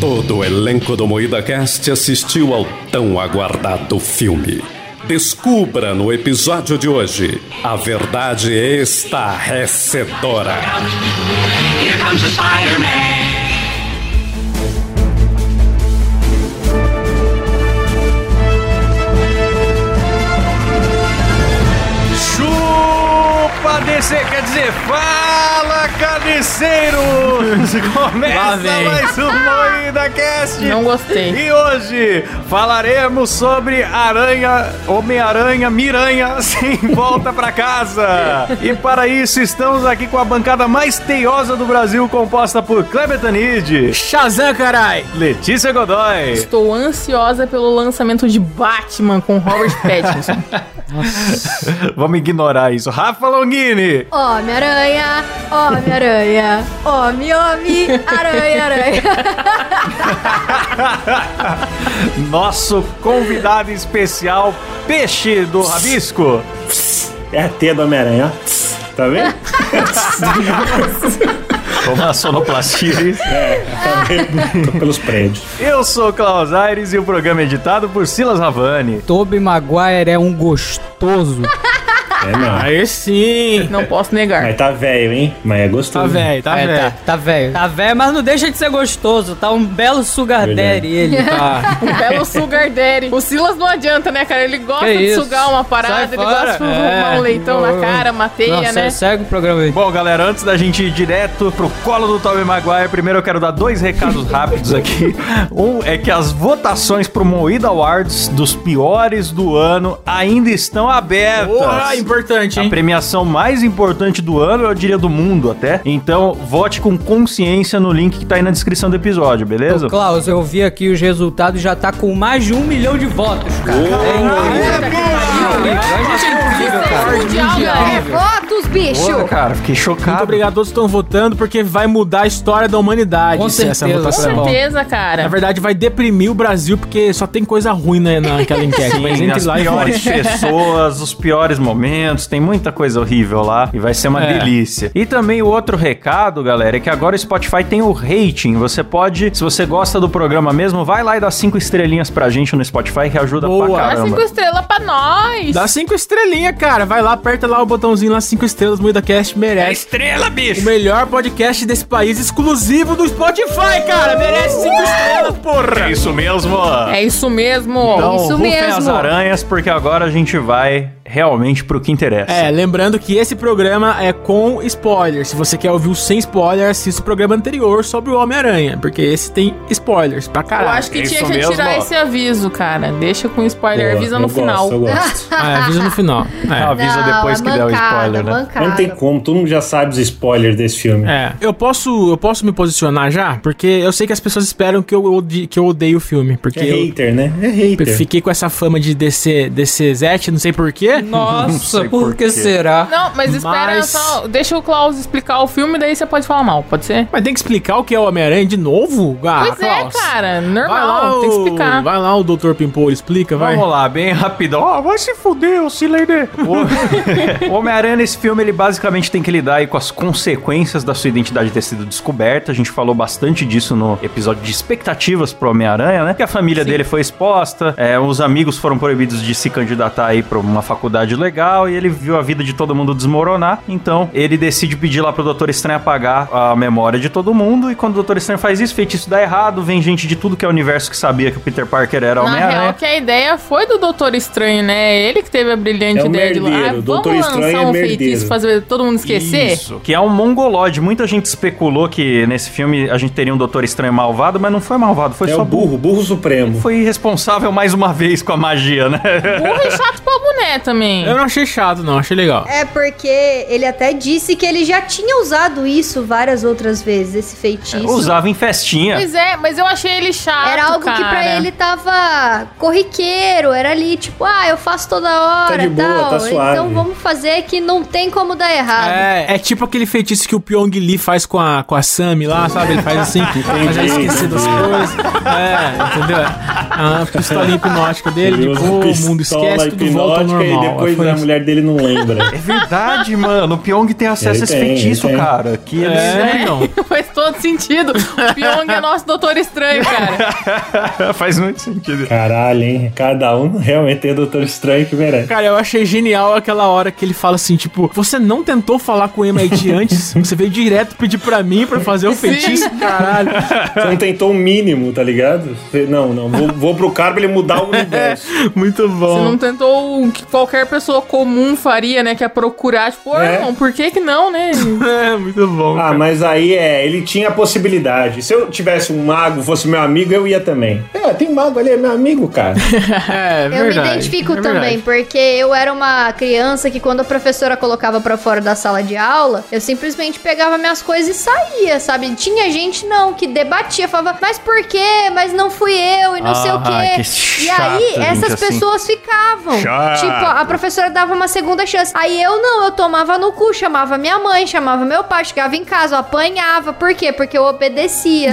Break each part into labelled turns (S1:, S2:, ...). S1: Todo o elenco do Moída Cast assistiu ao tão aguardado filme. Descubra no episódio de hoje a verdade estarrecedora.
S2: Here comes the Spider-Man.
S3: Chupa DC, quer dizer, fala carniceiros!
S4: Lá
S3: Começa
S4: vem.
S3: mais um Moída Cast!
S4: Não gostei.
S3: E hoje falaremos sobre aranha, Homem-Aranha, Miranha sem volta pra casa. E para isso estamos aqui com a bancada mais teiosa do Brasil, composta por Kleber Tanid,
S4: Shazam, carai!
S3: Letícia Godoy,
S4: Estou ansiosa pelo lançamento de Batman com Robert Pattinson.
S3: vamos ignorar isso, Rafa Longini
S5: Homem-Aranha, Homem-Aranha, Homem, Homem, Aranha, Aranha.
S3: Nosso convidado especial, Peixe do Rabisco.
S6: É a teia do Homem-Aranha, ó. Tá vendo?
S3: Como a sonoplastia.
S6: Tô pelos prédios.
S3: É, Eu sou Klaus Aires e o programa é editado por Silas Ravani.
S7: Toby Maguire é um gostoso.
S6: É não.
S4: Aí sim! Não posso negar.
S6: Mas tá velho, hein? Mas é
S7: Tá
S6: gostoso.
S7: velho, tá
S4: É,
S7: velho.
S4: tá.
S7: Tá velho. Tá velho, mas não deixa de ser gostoso. Tá um belo sugar
S6: Verdade.
S7: daddy ele. Tá.
S4: Um belo sugar daddy. O Silas não adianta, né, cara? Ele gosta
S7: Que
S4: de
S7: isso?
S4: sugar uma
S7: Sai
S4: parada, ele
S7: fora.
S4: gosta de arrumar
S7: É.
S4: um leitão na cara, uma teia,
S7: Nossa, é
S4: né?
S7: segue o programa aí.
S3: Bom, galera, antes da gente ir direto pro colo do Tommy Maguire, primeiro eu quero dar dois recados rápidos aqui. Um é que as votações pro Moída Awards dos piores do ano ainda estão abertas.
S7: importante,
S3: A premiação mais importante do ano, eu diria do mundo até. Então, vote com consciência no link que tá aí na descrição do episódio, beleza?
S7: Ô, Klaus, eu vi aqui os resultados já tá com mais de um milhão de votos, cara. é incrível. A gente é incrível, cara.
S4: Mundial,
S5: É
S4: galera.
S5: votos, bicho.
S3: Porra, cara, fiquei chocado.
S8: Muito obrigado a todos que estão votando, porque vai mudar a história da humanidade
S7: Com
S8: se essa
S7: certeza.
S4: Com
S8: votação.
S4: certeza, cara.
S8: Na verdade, vai deprimir o Brasil, porque só tem coisa ruim né, naquela enquete. Mas
S3: Sim,
S8: entre
S3: as
S8: lá e vote.
S3: piores pessoas, os piores momentos, tem muita coisa horrível lá e vai ser uma
S8: É.
S3: delícia. E também o outro recado, galera, é que agora o Spotify tem o rating. Você pode, se você gosta do programa mesmo, vai lá e dá cinco estrelinhas pra gente no Spotify que ajuda pra
S8: Boa.
S4: Dá
S3: caramba.
S4: cinco estrelas pra nós.
S8: Dá cinco estrelinhas, cara. Vai lá, aperta lá o botãozinho lá, cinco estrelas, MuidaCast merece.
S3: É estrela,
S8: O
S3: bicho!
S8: melhor podcast desse país, exclusivo do Spotify, cara. Merece cinco estrelas, porra.
S3: É isso mesmo.
S4: É isso mesmo.
S3: Então,
S5: É isso
S3: rufem
S5: mesmo.
S3: as aranhas, porque agora a gente vai realmente pro que interessa.
S8: É, lembrando que esse programa é com spoilers. Se você quer ouvir o sem spoiler, assista o programa anterior sobre o Homem-Aranha, porque esse tem spoilers pra caralho.
S4: Eu acho que
S3: é
S4: tinha
S3: isso
S4: que
S3: mesmo,
S4: tirar
S3: ó.
S4: esse aviso, cara. Deixa com spoiler,
S6: Boa,
S4: avisa
S6: eu
S4: no
S6: gosto,
S4: final.
S6: Eu gosto.
S8: Ah, avisa no final.
S3: Ah, avisa
S5: Não,
S3: depois
S5: é
S3: que der o
S5: mancada,
S3: spoiler, né?
S5: mancada.
S6: Mas não tem como, todo mundo já sabe os spoilers desse filme.
S8: É. Eu posso, eu posso me posicionar já? Porque eu sei que as pessoas esperam que eu, ode- que eu odeie o filme. Porque
S6: É
S8: eu
S6: hater, né? É hater.
S8: fiquei com essa fama de DC, DC Zete, não sei porquê.
S3: sei
S7: Nossa,
S3: por
S7: por
S3: quê.
S7: que será?
S4: Não, mas espera
S8: Mas-
S4: só. Deixa o Klaus explicar o filme, daí você pode falar mal, pode ser?
S8: Mas tem que explicar o que é o Homem-Aranha de novo? Ah,
S4: pois
S8: Klaus.
S4: é, cara.
S8: Vai lá,
S4: Normal, tem que
S8: o-
S4: explicar.
S8: Vai lá, o Dr. Pimpolho explica, vai.
S3: Vamos lá, bem rapidão. Ó, vai se fuder, ô Cileide. O Homem-Aranha, nesse filme, ele basicamente tem que lidar aí com as consequências da sua identidade ter sido descoberta. A gente falou bastante disso no episódio de expectativas pro Homem-Aranha, né? Que a família dele foi exposta, é, os amigos foram proibidos de se candidatar aí pra uma faculdade legal e ele viu a vida de todo mundo desmoronar. Então, ele decide pedir lá pro Doutor Estranho apagar a memória de todo mundo. E quando o Doutor Estranho faz isso, feitiço dá errado, vem gente de tudo que é universo que sabia que o Peter Parker era
S4: Na real, é
S3: Homem-Aranha.
S4: que a ideia foi do Doutor Estranho, né? Ele que teve a brilhante
S6: É um
S4: ideia de lá.
S6: merdeiro,
S4: ah,
S6: Doutor
S4: vamos
S6: Estranho
S4: lançar
S6: é
S4: um
S6: merdeiro.
S4: feitiço, fazer todo mundo esquecer?
S3: Isso, que é um mongolode. Muita gente especulou que nesse filme a gente teria um Doutor Estranho malvado, mas não foi malvado, foi
S6: É
S3: só
S6: o
S3: burro.
S6: burro, burro supremo.
S3: Foi irresponsável mais uma vez com a magia, né?
S4: Burro e chato pra boné também.
S8: Eu não achei chato, não, achei legal.
S5: É porque ele até disse que ele já tinha usado isso várias outras vezes, esse feitiço.
S3: Usava em festinha.
S4: Pois é, mas eu achei ele chato.
S5: Era algo que pra
S4: cara.
S5: ele tava corriqueiro, era ali, tipo, ah, eu faço toda hora
S6: Tá de
S5: e
S6: boa,
S5: tal.
S6: tá suave.
S5: Então vamos fazer que não tem como dar errado.
S8: É, é tipo aquele feitiço que o Pyong Lee faz com a, com a Sammy lá, sabe? Ele faz assim, pra já esquecer das coisas. É, entendeu? A pistola hipnótica dele,
S6: Ele
S8: de
S6: usa
S8: pô, o
S6: pistola
S8: mundo esquece, tudo volta ao
S6: hipnótica
S8: normal.
S6: E depois é
S8: Foi
S6: a
S8: isso.
S6: mulher dele não lembra.
S3: É verdade, mano. O Pyong tem acesso a
S6: Ele
S3: esse
S6: tem, ele
S3: feitiço,
S6: tem.
S3: cara. Que
S8: É, então.
S4: Faz todo sentido. O Pyong é nosso doutor estranho, cara.
S3: Faz muito sentido.
S6: Caralho, hein? Cada um realmente tem o Doutor Estranho que merece.
S8: Cara, eu achei genial aquela hora que ele fala assim, tipo, você não tentou falar com o MIT antes? Você veio direto pedir pra mim pra fazer o feitiço, caralho.
S6: Você não tentou o mínimo, tá ligado? Você- não, não. Vou, vou pro cara pra ele mudar o universo.
S8: Muito
S4: Você
S8: bom.
S4: não tentou o que qualquer pessoa comum faria, né? Que é procurar, tipo, ô
S6: É.
S4: irmão, por que que não, né?
S8: É, muito bom.
S6: Ah, mas aí é, ele tinha a possibilidade. Se eu tivesse um mago, fosse meu amigo, eu ia também. É, tem mago ali, é meu amigo, cara.
S8: É,
S5: Eu me identifico também, porque eu era uma criança que quando a professora colocava pra fora da sala de aula, eu simplesmente pegava minhas coisas e saía, sabe? Tinha gente não que debatia, falava, mas por quê? Mas não fui eu e não sei o
S3: Ah,
S5: quê.
S3: que
S5: e aí
S3: chato,
S5: essas
S3: gente, assim.
S5: pessoas ficavam.
S3: Chato.
S5: Tipo, a professora dava uma segunda chance. Aí eu não, eu tomava no cu, chamava minha mãe, chamava meu pai, chegava em casa, eu apanhava. Por quê? Porque eu obedecia.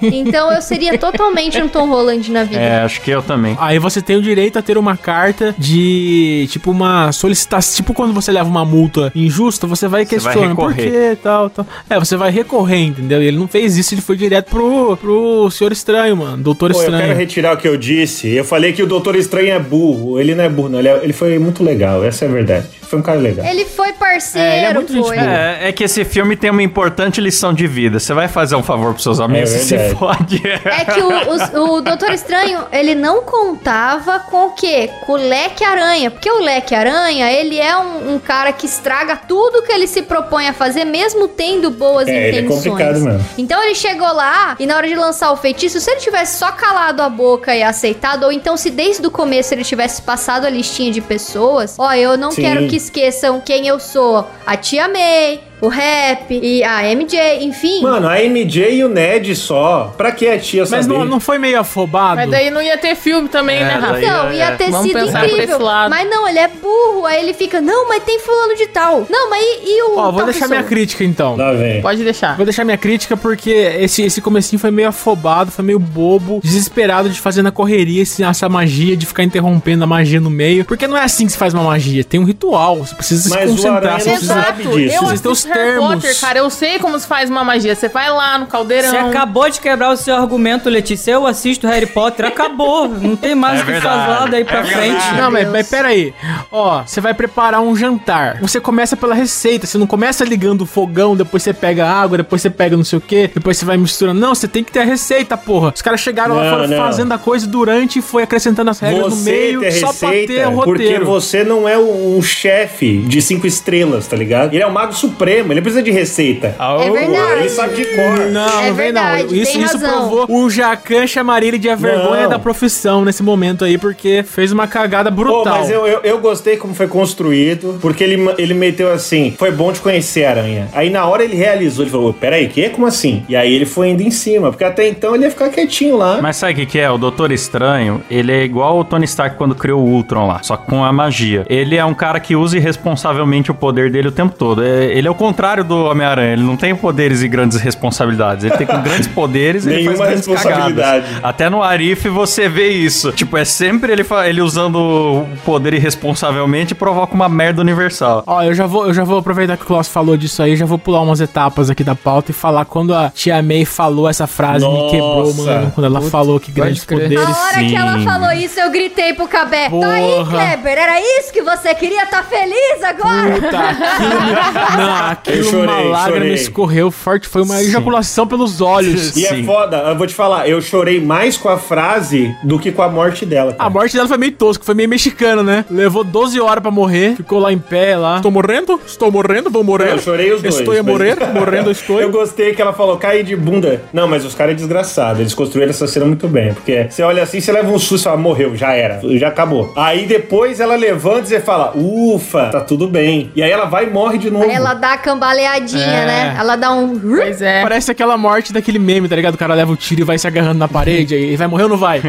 S5: então eu seria totalmente um Tom Holland na vida.
S3: É, acho que eu também.
S8: Aí você tem o direito a ter uma carta de, tipo, uma solicitação. Tipo, quando você leva uma multa injusta, você vai
S3: Você vai
S8: questionando por
S3: recorrer.
S8: quê tal, tal. É, você vai recorrer, entendeu? E Ele não fez isso, ele foi direto pro, pro senhor estranho, mano. Doutor
S6: Pô, eu
S8: estranho.
S6: quero retirar o que eu disse. Eu falei que o Doutor Estranho é burro. Ele não é burro, não. Ele, é- ele foi muito legal, essa é a verdade. Foi um cara legal.
S5: Ele foi parceiro,
S8: É, ele é muito gente
S5: foi.
S8: boa.
S3: É, é que esse filme tem uma importante lição de vida. Você vai fazer um favor pros seus amigos,
S6: É
S3: você se
S6: verdade.
S3: fode.
S5: É que o, o, o Doutor Estranho, ele não contava com o quê? Com o Leque Aranha. Porque o Leque Aranha, ele é um, um cara que estraga tudo que ele se propõe a fazer, mesmo tendo boas
S6: É, ele é
S5: intenções.
S6: complicado mesmo.
S5: Então ele chegou lá e na hora de lançar o feitiço, se ele tivesse só calado a boca e aceitado, ou então se desde o começo ele tivesse passado a listinha de pessoas, ó, eu não
S6: Sim.
S5: quero que esqueçam quem eu sou. A Tia May, o Rap e a MJ, enfim.
S6: Mano, a MJ e o Ned só. Pra que a tia saber?
S8: Mas não, não foi meio afobado?
S4: Mas daí não ia ter filme também, né, Rafa?
S3: daí-
S5: Então,
S3: é,
S5: ia
S3: é.
S5: ter
S4: Vamos
S5: sido
S4: pensar por
S5: incrível.
S4: esse lado.
S5: Mas não, ele é burro. Aí ele fica, não, mas tem fulano de tal. Não, mas e, e o.
S8: Ó,
S4: tá
S8: vou
S5: tal
S8: deixar
S5: pessoa?"
S8: minha crítica então.
S6: Lá vem.
S4: Pode deixar.
S8: Vou deixar minha crítica porque esse, esse comecinho foi meio afobado, foi meio bobo, desesperado de fazer na correria esse- essa magia, de ficar interrompendo a magia no meio. Porque não é assim que se faz uma magia, tem um ritual, você precisa
S6: Mas
S8: se
S6: o
S8: concentrar,
S6: aranha tá
S8: você
S6: não
S8: precisa...
S6: sabe disso.
S4: Eu
S8: Vocês têm os
S4: assisto Harry
S8: termos.
S4: Potter, cara. Eu sei como se faz uma magia. Você vai lá no caldeirão.
S7: Você acabou de quebrar o seu argumento, Letícia. Eu assisto Harry Potter, acabou. Não tem mais
S3: É
S7: o que
S3: verdade,
S7: falar daí pra
S3: é
S7: frente.
S6: Ah,
S5: verdade.
S8: Não, mas,
S5: Deus.
S8: mas peraí. Ó, você vai preparar um jantar. Você começa pela receita. Você não começa ligando o fogão, depois você pega a água, depois você pega não sei o quê, depois você vai misturando. Não, você tem que ter a receita, porra. Os caras chegaram lá,
S6: Não,
S8: foram
S6: não.
S8: fazendo a coisa durante e foi acrescentando as regras no
S6: Você
S8: meio
S6: ter
S8: só pra ter
S6: receita,
S8: o
S6: porque
S8: roteiro.
S6: você não é um, um chefe de cinco estrelas, tá ligado? Ele é o mago supremo, ele precisa de receita.
S5: É verdade.
S6: Ele sabe de cor.
S8: Não,
S5: É
S8: não vem não.
S5: verdade,
S8: Isso,
S5: tem
S8: isso
S5: razão.
S8: provou o Jacan chamar ele de a vergonha
S6: Não.
S8: da profissão nesse momento aí, porque fez uma cagada
S6: Pô,
S8: brutal.
S6: mas eu, eu, eu gostei como foi construído, porque ele, ele meteu assim: foi bom te conhecer, aranha. Aí na hora ele realizou, ele falou: peraí, que? Como assim? E aí ele foi indo em cima, porque até então ele ia ficar quietinho lá.
S3: Mas sabe o que, que é? O Doutor Estranho, ele é igual o Tony Stark quando criou o Ultron lá, só que com a magia. Ele é um cara que usa irresponsavelmente o poder dele o tempo todo. É- ele é o contrário do Homem-Aranha, ele não tem poderes e grandes responsabilidades. Ele tem com grandes poderes ele faz
S6: Nenhuma
S3: grandes
S6: responsabilidade.
S3: cagadas. Até no Arif você vê isso. Tipo, é sempre ele, fa- ele usando o poder irresponsavelmente e provoca uma merda universal.
S8: Ó, eu já, vou, eu já vou aproveitar que o Klaus falou disso aí, já vou pular umas etapas aqui da pauta e falar quando a Tia May falou essa frase, me
S6: Nossa.
S8: quebrou, mano, quando ela falou que grandes
S5: A
S7: crer.
S8: poderes...
S5: hora que ela falou isso, eu gritei pro Cabé. Tá aí,
S8: Porra.
S5: Kleber, era isso que você queria? Tá feliz agora?
S8: Puta, Tá, aquilo, não, aquilo
S6: Eu chorei,
S8: uma lágrima
S6: chorei.
S8: escorreu forte, foi uma
S3: Sim.
S8: ejaculação pelos olhos.
S6: E é
S3: Sim.
S6: foda, eu vou te falar, eu chorei mais com a frase do que com a morte dela. cara.
S8: A morte dela foi meio tosca, foi meio mexicano, né? Levou 12 horas pra morrer, ficou lá em pé lá. Estou morrendo? Estou morrendo? Vou morrer?
S6: Eu chorei os dois.
S8: Estou a
S6: mas-
S8: morrer? Morrendo estou.
S6: Eu gostei que ela falou, caí de bunda. Não, mas os caras é desgraçado. Eles construíram essa cena muito bem. Porque você olha assim, você leva um susto, ela morreu, já era, já acabou. Aí depois ela levanta e você fala, ufa, tá tudo bem. E aí ela vai e morre de novo.
S5: Aí ela dá cambaleadinha,
S8: É.
S5: né? Ela dá um.
S4: Pois é.
S8: Parece aquela morte daquele meme, tá ligado? O cara leva o tiro e vai se agarrando na parede, aí vai morrer ou não vai?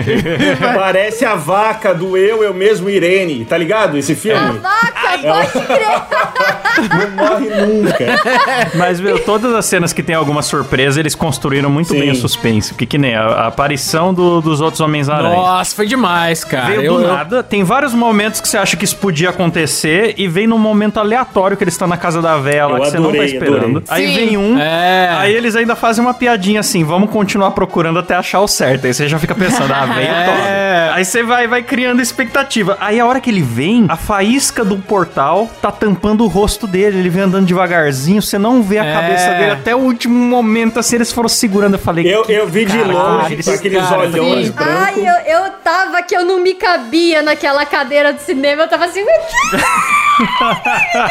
S6: Parece a vaca do Eu, Eu Mesmo Irene, tá ligado? Esse filme.
S5: Vaca, pode crer!
S6: Não morre nunca.
S3: Mas, meu, todas as cenas que tem alguma surpresa, eles construíram muito
S6: Sim.
S3: bem o suspense. Porque que nem a, a aparição do- dos outros Homens-Aranha.
S8: Nossa, foi demais, cara.
S3: Veio
S8: Ah, Eu-
S3: do
S8: eu-
S3: nada. Tem vários momentos que você acha que isso podia acontecer e vem num momento aleatório que eles estão na casa da vela,
S6: Eu
S3: que você não tá
S6: adorei,
S3: esperando.
S6: adorei.
S3: Aí
S4: Sim.
S3: vem um,
S8: É.
S3: aí eles ainda fazem uma piadinha assim, vamos continuar procurando até achar o certo. Aí você já fica pensando, ah, vem
S8: É.
S3: é. Aí você vai, vai criando expectativa. Aí a hora que ele vem, a faísca do portal tá tampando o rosto dele, ele vem andando devagarzinho, você não vê a
S8: É.
S3: cabeça dele até o último momento, assim, eles foram segurando. Eu falei,
S6: Eu, eu vi de longe
S8: esse
S6: com aqueles
S8: cara,
S6: olhões
S4: sim.
S6: brancos.
S5: Ai, eu, eu tava que eu não me cabia naquela cadeira do cinema. Eu tava assim, meu Deus!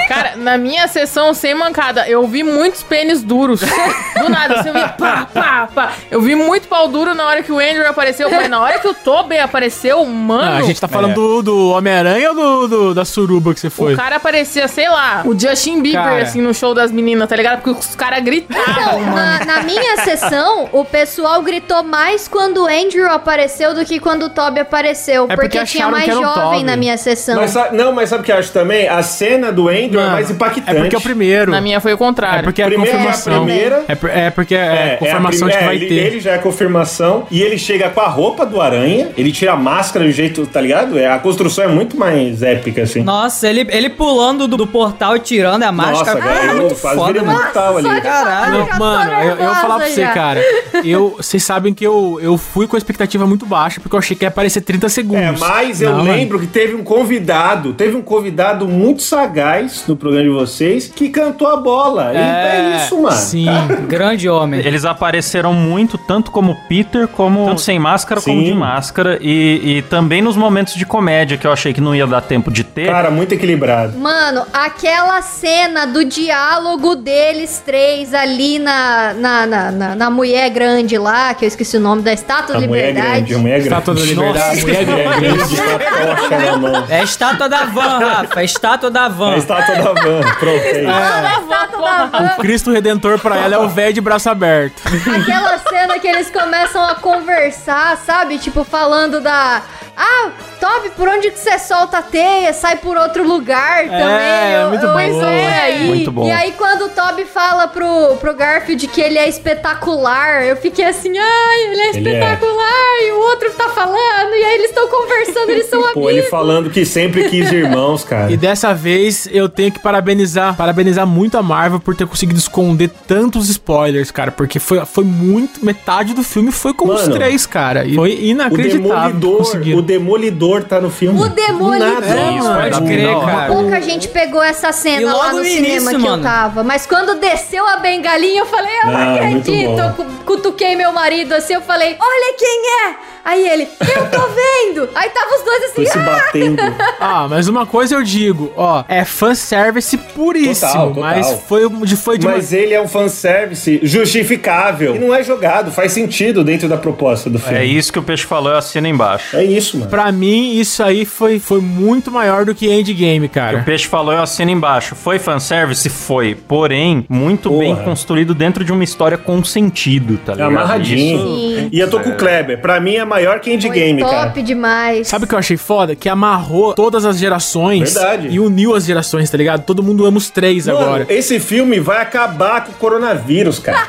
S4: Cara, na minha sessão, sem mancada, eu vi muitos pênis duros. Do nada, assim, eu vi pá, pá, pá. Eu vi muito pau duro na hora que o Andrew apareceu. Mas na hora que o Tobey apareceu, mano...
S8: Ah, a gente tá falando
S6: É.
S8: do, do Homem-Aranha ou do, do- da suruba que você foi?
S4: O cara parecia, sei lá, o Justin Bieber,
S8: Cara.
S4: assim, no show das meninas, tá ligado? Porque os caras gritavam,
S5: Então,
S4: mano.
S5: na, na minha sessão, o pessoal gritou mais quando o Andrew apareceu do que quando o Toby apareceu.
S8: É porque
S5: porque tinha
S8: acharam
S5: mais
S8: que era o
S5: jovem
S8: Toby.
S5: na minha sessão.
S6: Mas sabe- não, mas sabe o que eu acho também? A cena do Andrew é
S8: Mano,
S6: mais impactante.
S8: É porque é o primeiro.
S4: Na minha foi o
S8: É
S4: contrário.
S8: porque é a
S6: Primeiro é a
S8: confirmação.
S6: primeira.
S8: É, por- é porque é,
S6: É,
S8: a confirmação
S6: é a
S8: de que vai
S6: prim- é,
S8: ter.
S6: Ele, ele já é confirmação. E ele chega com a roupa do aranha, ele tira a máscara do jeito, tá ligado? É, a construção é muito mais épica, assim.
S7: Nossa, ele, ele pulando do, do portal e tirando a máscara.
S6: cara,
S7: cara, é
S6: eu
S7: muito
S6: quase
S7: foda,
S6: virei um
S7: mano.
S6: mortal ali.
S7: Caralho.
S8: Não,
S6: tá
S5: já tô
S8: mano, eu, eu vou falar pra
S5: nervosa
S8: você,
S5: já.
S8: cara. Eu, vocês sabem que eu, eu fui com a expectativa muito baixa, porque eu achei que ia aparecer 30 segundos.
S6: É, mas eu
S8: Não,
S6: lembro que teve um convidado, teve um convidado muito sagaz no programa de vocês que cantou a bola.
S8: mano.
S6: É, é isso, mano.
S8: Sim.
S7: Grande homem.
S3: Eles apareceram muito, tanto como Peter, como tanto sem máscara, como
S6: Sim.
S3: de máscara. E, e também nos momentos de comédia, que eu achei que não ia dar tempo de ter.
S6: Cara, muito equilibrado.
S5: Mano, aquela cena do diálogo deles três ali na, na, na, na, na mulher grande lá, que eu esqueci o nome da Estátua
S7: Tá
S6: A
S5: da
S6: mulher é
S5: Liberdade.
S6: grande, a mulher é grande.
S8: Estátua da Liberdade,
S6: Nossa,
S8: mulher
S6: a mulher é grande, com a tocha na mão.
S7: É a estátua da van, Rafa. É a estátua da
S6: A
S7: van.
S6: estátua da van, pronto, é isso.
S5: Mano, a estátua da van.
S8: Cristo Redentor pra ela é o velho de braço aberto.
S5: Aquela cena que eles começam a conversar, sabe? Tipo, falando da. Ah, Toby, por onde que você solta a teia? Sai por outro lugar também. Eu-
S8: muito
S5: eu-
S8: bom.
S5: Pois é, aí.
S3: Muito bom.
S5: E aí, quando o Toby fala pro, pro Garfield que ele é espetacular, eu fiquei assim, ai, ele é
S6: Ele é.
S5: espetacular, e o outro tá falando, e aí eles estão conversando, eles são
S6: Pô,
S5: amigos.
S6: ele falando que sempre quis irmãos, cara.
S8: E dessa vez eu tenho que parabenizar, parabenizar muito a Marvel por ter conseguido esconder tantos spoilers, cara, porque foi, foi muito, metade do filme foi com os
S6: Mano,
S8: três, cara. E foi
S6: O
S8: inacreditável.
S6: Demolidor,
S8: conseguiram.
S6: o Demolidor tá no filme.
S5: O
S6: Do nada. tipo,
S5: Demolidor.
S3: Isso, pode
S8: Ah,
S6: Não,
S3: crer,
S6: não,
S3: cara.
S5: Pouca gente pegou essa
S7: E
S5: cena
S7: logo
S5: lá no
S7: no
S5: cinema
S7: início,
S5: que
S7: mano.
S5: eu tava. Mas quando desceu a bengalinha, eu falei, eu não
S6: Ah, muito
S5: acredito.
S6: bom.
S5: Eu cu- cutuquei meu marido assim, eu falei, olha quem é! Aí ele, eu tô vendo! Aí tava os dois
S6: Foi
S5: assim,
S6: se
S5: ah!
S6: batendo.
S8: Ah, mas uma coisa eu digo, ó, é fanservice puríssimo,
S6: Total, total.
S8: mas foi, de- foi de
S6: Mas ele é um fanservice justificável. E não é jogado, faz sentido dentro da proposta do filme.
S3: É isso que o Peixe falou, eu assino embaixo.
S6: É isso, mano.
S8: Pra mim, isso aí foi, foi muito maior do que Endgame,
S3: O
S8: cara.
S3: Peixe falou, eu assino embaixo. Foi fanservice? Foi. Porém, muito
S6: Porra.
S3: bem construído dentro de uma história com sentido, tá
S6: É
S3: ligado? Isso-
S6: amarradinho. E eu tô com o Kleber. Pra mim é maior que
S5: Foi
S6: Endgame,
S5: top
S6: cara.
S5: demais.
S8: Sabe o que eu achei foda? Que amarrou todas as gerações
S6: Verdade.
S8: e uniu as gerações, tá ligado? Todo mundo ama os três
S6: Mano,
S8: agora.
S6: esse filme vai acabar com o coronavírus, cara.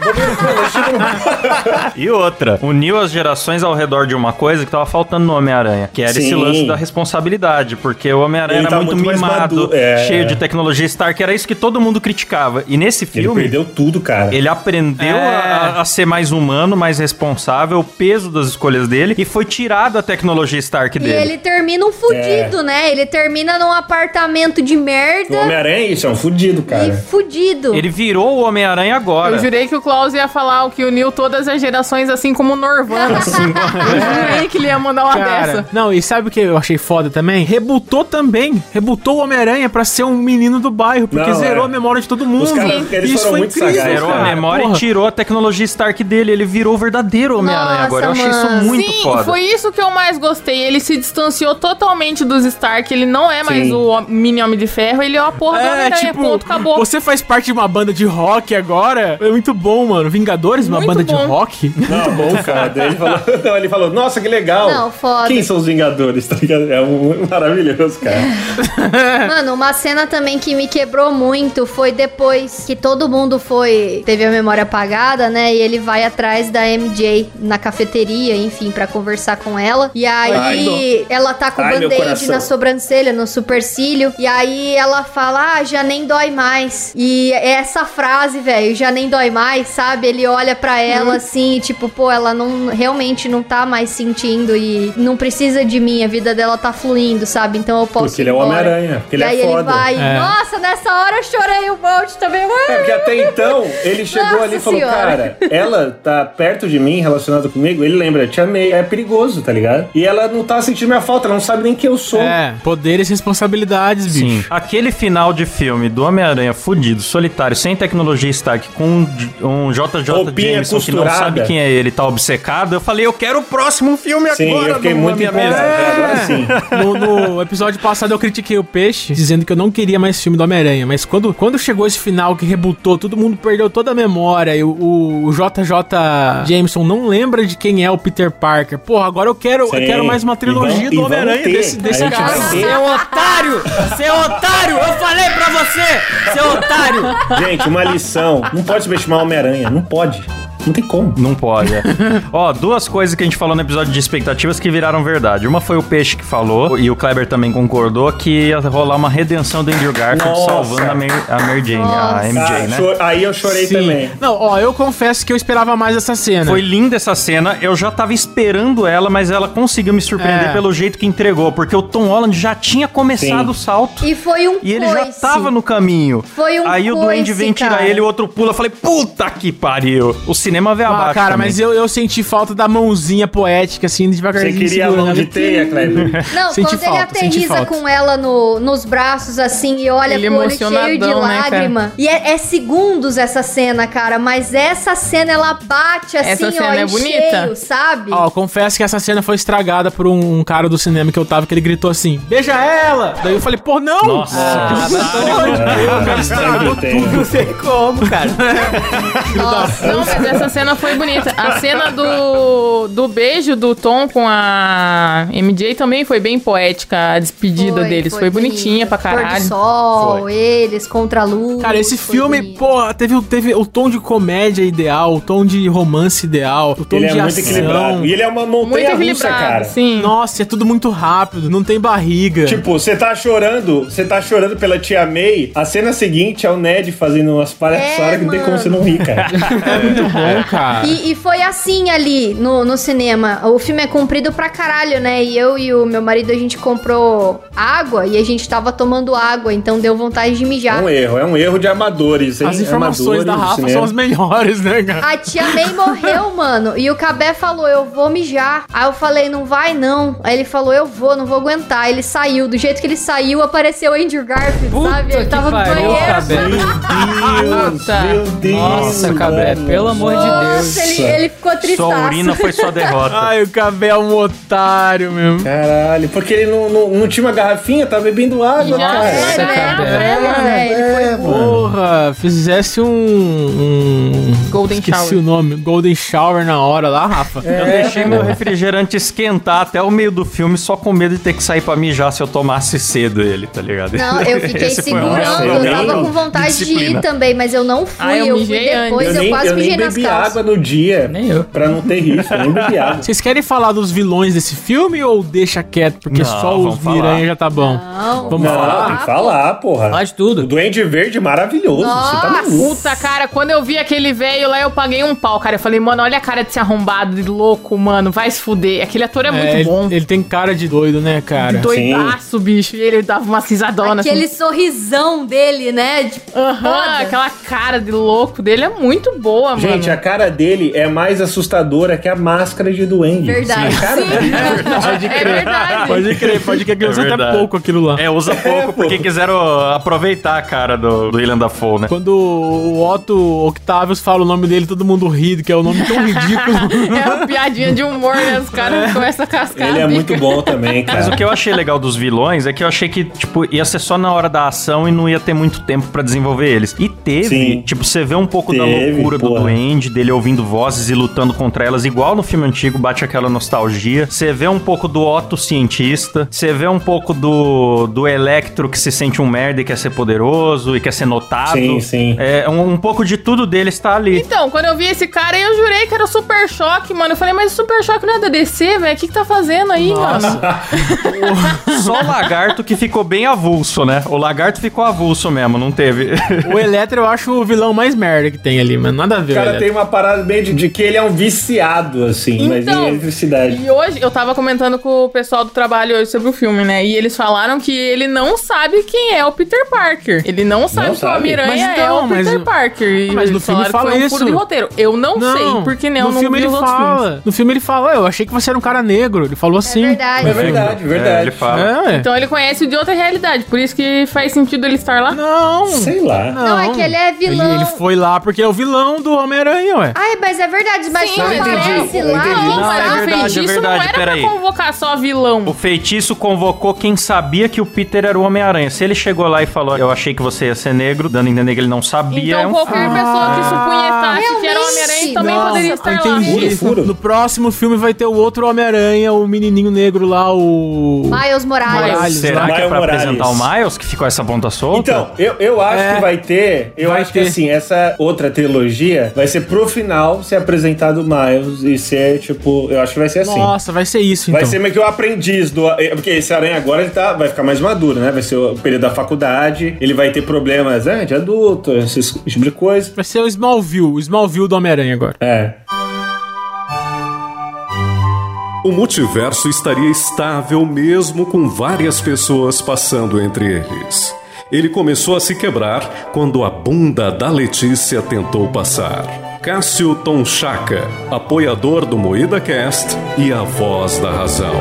S3: E outra, uniu as gerações ao redor de uma coisa que tava faltando no Homem-Aranha, que era esse
S6: Sim.
S3: lance da responsabilidade, porque o Homem-Aranha
S6: Ele
S3: era
S6: tá
S3: muito,
S6: muito mais
S3: mimado,
S6: maduro, é.
S3: cheio de tecnologia Stark, era isso que todo mundo criticava. E nesse
S6: Ele
S3: filme,
S6: perdeu tudo, cara.
S3: Ele aprendeu
S8: É.
S3: a, a- a ser mais humano, mais responsável, o peso das escolhas dele, e foi tirado a tecnologia Stark
S5: E
S3: dele.
S5: ele termina um fudido,
S6: É.
S5: né? Ele termina num apartamento de
S6: O
S5: merda
S6: Homem-Aranha é isso, é um fudido,
S5: e
S6: cara.
S5: fudido.
S3: Ele virou o Homem-Aranha agora.
S4: Eu jurei que o Klaus ia falar o que uniu todas as gerações, assim como o Norvana. Eu jurei que ele ia mandar uma
S8: Cara,
S4: dessa. foda.
S8: Não, e sabe o que eu achei foda também? Rebutou também. Rebutou o Homem-Aranha pra ser um menino do bairro, porque
S6: Não,
S8: zerou
S6: é.
S8: a memória de todo mundo.
S6: Os caras, eles
S8: Isso
S6: foram
S8: foi
S6: muito
S8: incrível,
S6: sagazes,
S3: Zerou a
S8: cara.
S3: memória
S8: Porra.
S3: e tirou a tecnologia Stark dele. Ele virou o verdadeiro Homem-Aranha
S5: Nossa,
S3: agora. Eu achei isso
S5: mano.
S3: muito
S4: Sim,
S3: foda.
S4: foi isso que eu mais gostei. Ele se distanciou totalmente dos Stark. Ele não é mais
S6: Sim.
S4: o hom- mini Homem de Ferro. Ele é uma porra do
S8: É,
S4: Homem-Aranha.
S8: tipo,
S4: ponto, acabou.
S8: você faz parte de uma banda de rock agora? É muito bom, mano. Vingadores, uma
S4: Muito
S8: banda de
S4: bom.
S8: rock?
S6: Não, muito cara. Daí ele falou, não, ele falou, nossa, que legal.
S5: Não, foda.
S6: Quem são os Vingadores, tá ligado? É um maravilhoso, cara.
S5: Mano, uma cena também que me quebrou muito foi depois que todo mundo foi. Teve a memória apagada, né? E ele vai atrás da MJ na cafeteria, enfim, pra conversar com ela. E aí ela tá com
S6: Ai, meu
S5: band-aid
S6: coração.
S5: na sobrancelha, no supercílio. E aí ela fala: Ah, já nem dói mais. E é essa frase, velho, já nem dói mais, sabe? Ele olha pra ela
S6: Uhum.
S5: assim, tipo, pô, ela não realmente não tá mais sentindo e não precisa de mim, a vida dela tá fluindo, sabe? Então eu posso.
S6: Porque ele é o
S5: embora."
S6: Homem-Aranha, porque ele
S5: e aí
S6: é foda.
S5: ele vai,
S8: É.
S5: nossa, nessa hora eu chorei um monte também.
S6: É,
S5: Ué,
S6: porque até então, ele chegou
S5: Nossa
S6: ali e falou,
S5: Senhora.
S6: cara, ela tá perto de mim, relacionada comigo, ele lembra, te amei, é perigoso, tá ligado? E ela não tá sentindo minha falta, ela não sabe nem quem eu sou.
S8: É, poderes e responsabilidades, bicho.
S3: Sim. Aquele final de filme do Homem-Aranha fudido, solitário, sem tecnologia Stark, com um J- um JJ
S6: Roupinha
S3: Jameson que não
S6: costurada.
S3: sabe quem é ele, tá obcecado. Eu falei, eu quero o próximo filme
S6: Sim,
S3: agora
S6: eu fiquei
S3: do
S6: muito
S3: Homem-Aranha.
S6: empolgado. É, Agora sim.
S8: No, no episódio passado eu critiquei o Peixe, dizendo que eu não queria mais filme do Homem-Aranha. Mas quando, quando chegou esse final que rebutou, todo mundo perdeu toda a memória. E o, o JJ Jameson não lembra de quem é o Peter Parker. Porra, agora eu quero, eu
S6: Sim.
S8: quero mais uma
S6: E vão-
S8: trilogia
S6: e
S8: do
S6: vão
S8: Homem-Aranha
S6: ter.
S8: desse, desse
S6: A gente
S8: cara.
S6: vai ter.
S7: Seu otário! Seu otário! Eu falei pra você! Seu otário!
S6: Gente, uma lição. Não pode subestimar o Homem-Aranha. Não pode. Não tem como.
S3: Não pode. é. Ó, duas coisas que a gente falou no episódio de expectativas que viraram verdade. Uma foi o Peixe que falou, e o Kleber também concordou, que ia rolar uma redenção do Andrew Garfield
S6: Nossa.
S3: salvando a Mary, a Mary Jane, a
S5: Nossa.
S3: MJ,
S6: Ah,
S3: né?
S6: cho- Aí eu chorei
S8: Sim.
S6: também.
S8: Não, ó, eu confesso que eu esperava mais essa cena.
S3: Foi linda essa cena, eu já tava esperando ela, mas ela conseguiu me surpreender
S8: É.
S3: pelo jeito que entregou, porque o Tom Holland já tinha começado
S6: Sim.
S3: o salto.
S5: E foi um
S3: E ele já
S5: coice.
S3: tava no caminho.
S5: Foi um
S3: Aí o
S5: coice,
S3: Duende vem tirar
S5: cara.
S3: ele, o outro pula. Eu falei, puta que pariu. O cinema veio
S8: Ah,
S3: abaixo.
S8: cara,
S3: também.
S8: mas eu, eu senti falta da mãozinha poética, assim,
S6: Você
S8: devagarzinho.
S6: queria a mão
S8: segurando.
S6: de teia, Kleber?
S5: Não,
S8: Senti
S5: quando ele
S8: falta, senti
S5: aterriza
S8: falta.
S5: com ela no- nos braços, assim, e olha
S4: Ele é
S5: com o olho cheio de
S4: emocionadão, né, cara?
S5: lágrima. e é, é segundos essa cena, cara, mas essa cena, ela bate assim,
S4: Essa
S5: ó,
S4: cena é
S5: em
S4: bonita.
S5: cheio, sabe?
S8: Ó, confesso que essa cena foi estragada por um, um cara do cinema que eu tava, que ele gritou assim, beija ela! Daí eu falei, pô, não!
S3: Nossa,
S8: Ah,
S3: que
S8: mas
S6: Ah, eu tenho.
S8: Não sei como, cara.
S5: Nossa.
S4: Não, mas essa cena foi bonita. A cena do, do beijo do Tom com a MJ também foi bem poética, a despedida deles. Foi, bonitinha
S5: bonito.
S4: pra
S5: Pôr do
S4: caralho.
S5: sol, eles contra a luz.
S8: Cara, esse
S5: foi
S8: filme,
S5: bonito.
S8: porra, teve, o- teve o tom de comédia ideal, o tom de romance ideal, o tom
S6: Ele é
S8: de
S6: muito
S8: ação.
S6: equilibrado. E ele é uma
S4: Muito
S6: montanha russa,
S4: equilibrado,
S6: cara.
S4: sim.
S8: Nossa, é tudo muito rápido, não tem barriga.
S6: Tipo, você tá chorando, você tá chorando pela tia May, a cena seguinte é o Ned fazendo umas palhaçadas
S5: É,
S6: que não tem
S5: mano.
S6: como você não rir,
S4: Tá.
S6: cara.
S8: é muito bom,
S7: Ah.
S8: cara.
S5: E, e foi assim ali no, no cinema. O filme é comprido pra caralho, né? E eu e o meu marido a gente comprou água e a gente tava tomando água, então deu vontade de
S6: É
S5: mijar.
S6: um erro, é um erro de amadores. hein?
S8: As informações
S6: Amadores
S8: da
S6: do
S8: Rafa
S6: é cinema.
S8: são as melhores, né, cara?
S5: A tia May morreu, mano. E o Cabé falou: Eu vou mijar. Aí eu falei: Não vai não. Aí ele falou: Eu vou, não vou aguentar. Ele saiu. Do jeito que ele saiu, apareceu o Andrew Garfield,
S7: Puta
S5: sabe? Ele
S7: que
S5: tava no
S7: pariu,
S5: banheiro.
S7: Cabé.
S6: Meu Deus,
S4: Nossa.
S6: meu Deus.
S7: Nossa, Cabré,
S6: mano.
S7: pelo amor de Deus.
S5: Nossa, ele, ele ficou
S3: Sua urina
S5: tristaço.
S3: foi sua derrota.
S8: Ai, o Cabel é um otário mesmo.
S6: Caralho, porque ele não, não, não tinha uma garrafinha, tá bebendo água,
S4: Já
S6: cara.
S4: era,
S7: Nossa,
S4: né?
S7: Cabé.
S4: Vela,
S5: É,
S4: né?
S5: ele foi
S6: É, mano.
S8: Porra, fizesse um. um-
S4: Golden
S8: esqueci
S4: Shower.
S8: o nome. Golden Shower na hora lá, Rafa. É.
S3: Eu deixei meu refrigerante esquentar até o meio do filme, só com medo de ter que sair pra mijar se eu tomasse cedo ele, tá ligado?
S5: Não, eu fiquei
S3: Esse foi um
S5: segurando,
S3: erro
S5: eu tava
S6: de
S5: com vontade de, ir
S3: disciplina.
S5: também, mas eu não fui,
S4: Ah, eu
S5: eu, fui
S4: mijei
S5: depois,
S4: antes.
S5: eu,
S6: Eu nem,
S5: quase
S6: eu
S5: mijei
S6: nem
S5: nas
S6: bebi
S5: calças.
S6: água no dia.
S7: Nem eu.
S6: Pra não ter rifa, eu nem bebi água.
S8: Vocês querem falar dos vilões desse filme ou deixa quieto? Porque
S3: Não,
S8: só os
S3: vamos falar.
S8: Miranha já tá bom.
S5: Não.
S8: vamos
S6: Não,
S8: falar.
S6: tem que falar, porra.
S7: Fala de
S6: O
S7: tudo.
S6: Duende Verde é maravilhoso. Você tá
S5: Nossa.
S6: maluco.
S4: Puta, cara, quando eu vi aquele velho lá, eu paguei um pau, cara. Eu falei, mano, olha a cara desse arrombado, de louco, mano. Vai se fuder. Aquele ator é, muito
S8: É, ele,
S4: bom.
S8: ele tem cara de doido, né, cara?
S4: Doidaço, bicho. E ele dava uma cisadona
S5: Aquele
S4: assim.
S5: sorrisão dele, né? Tipo,
S4: Aham,
S5: foda.
S4: aquela cara de louco dele é muito boa, mano.
S6: Gente, a cara dele é mais assustadora que a máscara de duende.
S5: Verdade.
S6: A cara é dele-
S4: Pode crer. É verdade.
S8: Pode crer, pode crer que
S3: É
S8: usa até
S3: verdade.
S8: pouco aquilo lá.
S3: É, usa pouco porque quiseram aproveitar a cara do, do William Dafoe, né?
S8: Quando o Otto Octavius fala o nome dele, todo mundo ri, que é um nome tão ridículo.
S4: É uma piadinha de humor, né? Os caras começam a cascar
S6: Ele
S4: a
S6: é
S4: bica.
S6: muito bom também,
S3: Mas o
S6: cara.
S3: que eu achei legal dos vilões é que eu achei que, tipo, ia ser só na hora da ação e não ia ter muito tempo pra desenvolver eles. E teve,
S6: Sim.
S3: tipo, você vê um pouco da
S6: Teve,
S3: loucura do
S6: porra.
S3: duende, dele ouvindo vozes e lutando contra elas, igual no filme antigo, bate aquela nostalgia. Você vê um pouco do Otto cientista, você vê um pouco do, do Electro que se sente um merda e quer ser poderoso e quer ser notado.
S6: Sim, sim.
S3: É, um, um pouco de tudo dele está ali.
S4: Então, quando eu vi esse cara aí, eu jurei que era o Super Choque, mano. Eu falei, mas o Super Choque não é da DC, velho? O que, que tá fazendo aí, mano?
S3: Só o lagarto que ficou bem avulso, né? O lagarto ficou avulso mesmo, não teve.
S8: o Eletro eu acho o vilão mais merda que tem ali, mano. Nada a ver,
S6: O
S8: o
S6: cara
S8: Eletro.
S6: tem uma parada meio de, de que ele é um viciado, assim, mas
S5: Então,
S6: em eletricidade.
S4: E hoje, eu tava comentando com o pessoal do trabalho hoje sobre o filme, né? E eles falaram que ele não sabe quem é o Peter Parker. Ele não sabe
S6: Não
S4: que o
S6: sabe.
S4: Homem-Aranha
S8: Mas
S4: é
S8: então,
S4: o Peter
S8: mas- Ah,
S4: Parker. E
S8: mas no
S4: eles
S8: filme
S4: falaram
S8: fala
S4: que foi um
S8: isso.
S4: furo de roteiro. Eu não, sei, porque né, eu
S8: no
S4: não
S8: filme
S4: vi
S8: ele
S4: os outros
S8: fala.
S4: filmes.
S8: No filme ele fala, eu achei que você era um cara negro. Ele falou assim.
S5: verdade.
S6: É verdade,
S3: É,
S6: verdade.
S3: ele fala.
S8: É, ué.
S4: Então ele conhece de outra realidade, por isso que faz sentido ele estar lá.
S8: Não.
S6: Sei lá.
S5: Não, é que ele é vilão.
S8: Ele, ele foi lá porque é o vilão do Homem-Aranha, ué.
S5: Ai, mas é verdade, mas
S4: Sim,
S5: só
S4: eu entendi,
S5: aparece
S6: eu
S5: lá.
S6: entendi.
S3: é
S4: Não,
S5: Não,
S4: mas o
S3: verdade, é
S4: feitiço não
S3: verdade,
S4: era pra
S3: peraí.
S4: convocar só vilão.
S3: O feitiço convocou quem sabia que o Peter era o Homem-Aranha. Se ele chegou lá e falou, eu achei que você ia ser negro, dando a entender que ele não sabia, é
S4: Então
S3: um
S4: qualquer pessoa que supunhetasse que era o
S5: realmente.
S4: Homem-Aranha também
S5: Não,
S4: poderia estar lá.
S8: Ah, entendi.
S6: Furo, furo.
S8: No próximo filme vai ter o outro Homem-Aranha, o menininho negro lá, o...
S5: Miles Morales.
S8: Miles.
S3: Será que é
S6: Miles
S3: pra
S6: Morales.
S3: apresentar o Miles que ficou essa ponta solta?
S6: Então, eu, eu acho
S8: É.
S6: que vai ter. Eu
S8: Vai
S6: acho
S8: ter.
S6: que assim, essa outra trilogia vai ser pro final ser apresentado o Miles e ser, tipo, eu acho que vai ser assim.
S8: Nossa, vai ser isso, então.
S6: Vai ser meio que o aprendiz do. é, Porque esse aranha agora ele tá, vai ficar mais maduro, né? Vai ser o período da faculdade, ele vai ter problemas né, de adulto, esse tipo de coisa.
S8: Vai ser o Smallville, o Smallville do Homem-Aranha agora.
S6: É.
S1: O multiverso estaria estável mesmo com várias pessoas passando entre eles. Ele começou a se quebrar quando a bunda da Letícia tentou passar. Cássio Tonchaca, apoiador do Moída Cast e a voz da razão.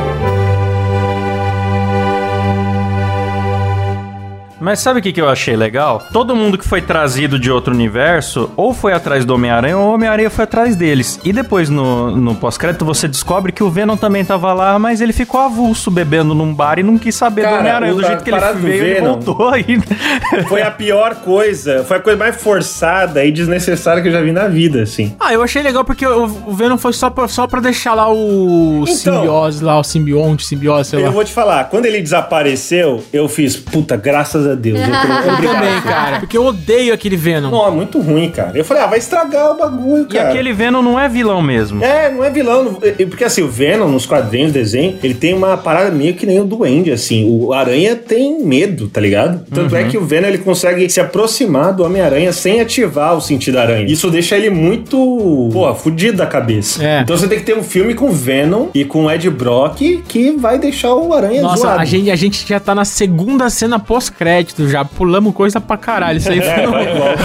S3: Mas sabe o que, que eu achei legal? Todo mundo que foi trazido de outro universo ou foi atrás do Homem-Aranha ou o Homem-Aranha foi atrás deles. E depois no, no pós-crédito você descobre que o Venom também tava lá, mas ele ficou avulso bebendo num bar e não quis saber do
S6: Cara,
S3: Homem-Aranha.
S6: o-
S3: Do jeito que ele
S6: a parada do
S3: veio, ele
S6: Venom-
S3: voltou ainda.
S6: Foi a pior coisa, foi a coisa mais forçada e desnecessária que eu já vi na vida, assim.
S8: Ah, eu achei legal porque o o Venom foi só pra, só pra deixar lá o
S6: Então.
S8: simbiose lá, o simbionte, simbiose, sei lá.
S6: Eu vou te falar, quando ele desapareceu, eu fiz, puta, graças a Deus. Eu
S8: Também, cara. Porque eu odeio aquele Venom.
S6: Não, é muito ruim, cara. Eu falei, ah, vai estragar o bagulho,
S3: E
S6: cara.
S3: aquele Venom não é vilão mesmo.
S6: É, não é vilão. não- é- é Porque assim, o Venom, nos quadrinhos, desenho, ele tem uma parada meio que nem o Duende, assim. O Aranha tem medo, tá ligado? Tanto é que o Venom, ele consegue se aproximar do Homem-Aranha sem ativar o sentido aranha. Isso deixa ele muito, pô, fudido da cabeça.
S8: É.
S6: Então você tem que ter um filme com Venom e com Ed Brock que vai deixar o Aranha
S8: Nossa,
S6: zoado.
S8: a gente, a gente já tá na segunda cena pós-crédito já. Pulamos coisa pra caralho. Isso aí
S6: É, vai e
S8: foi...
S6: volta.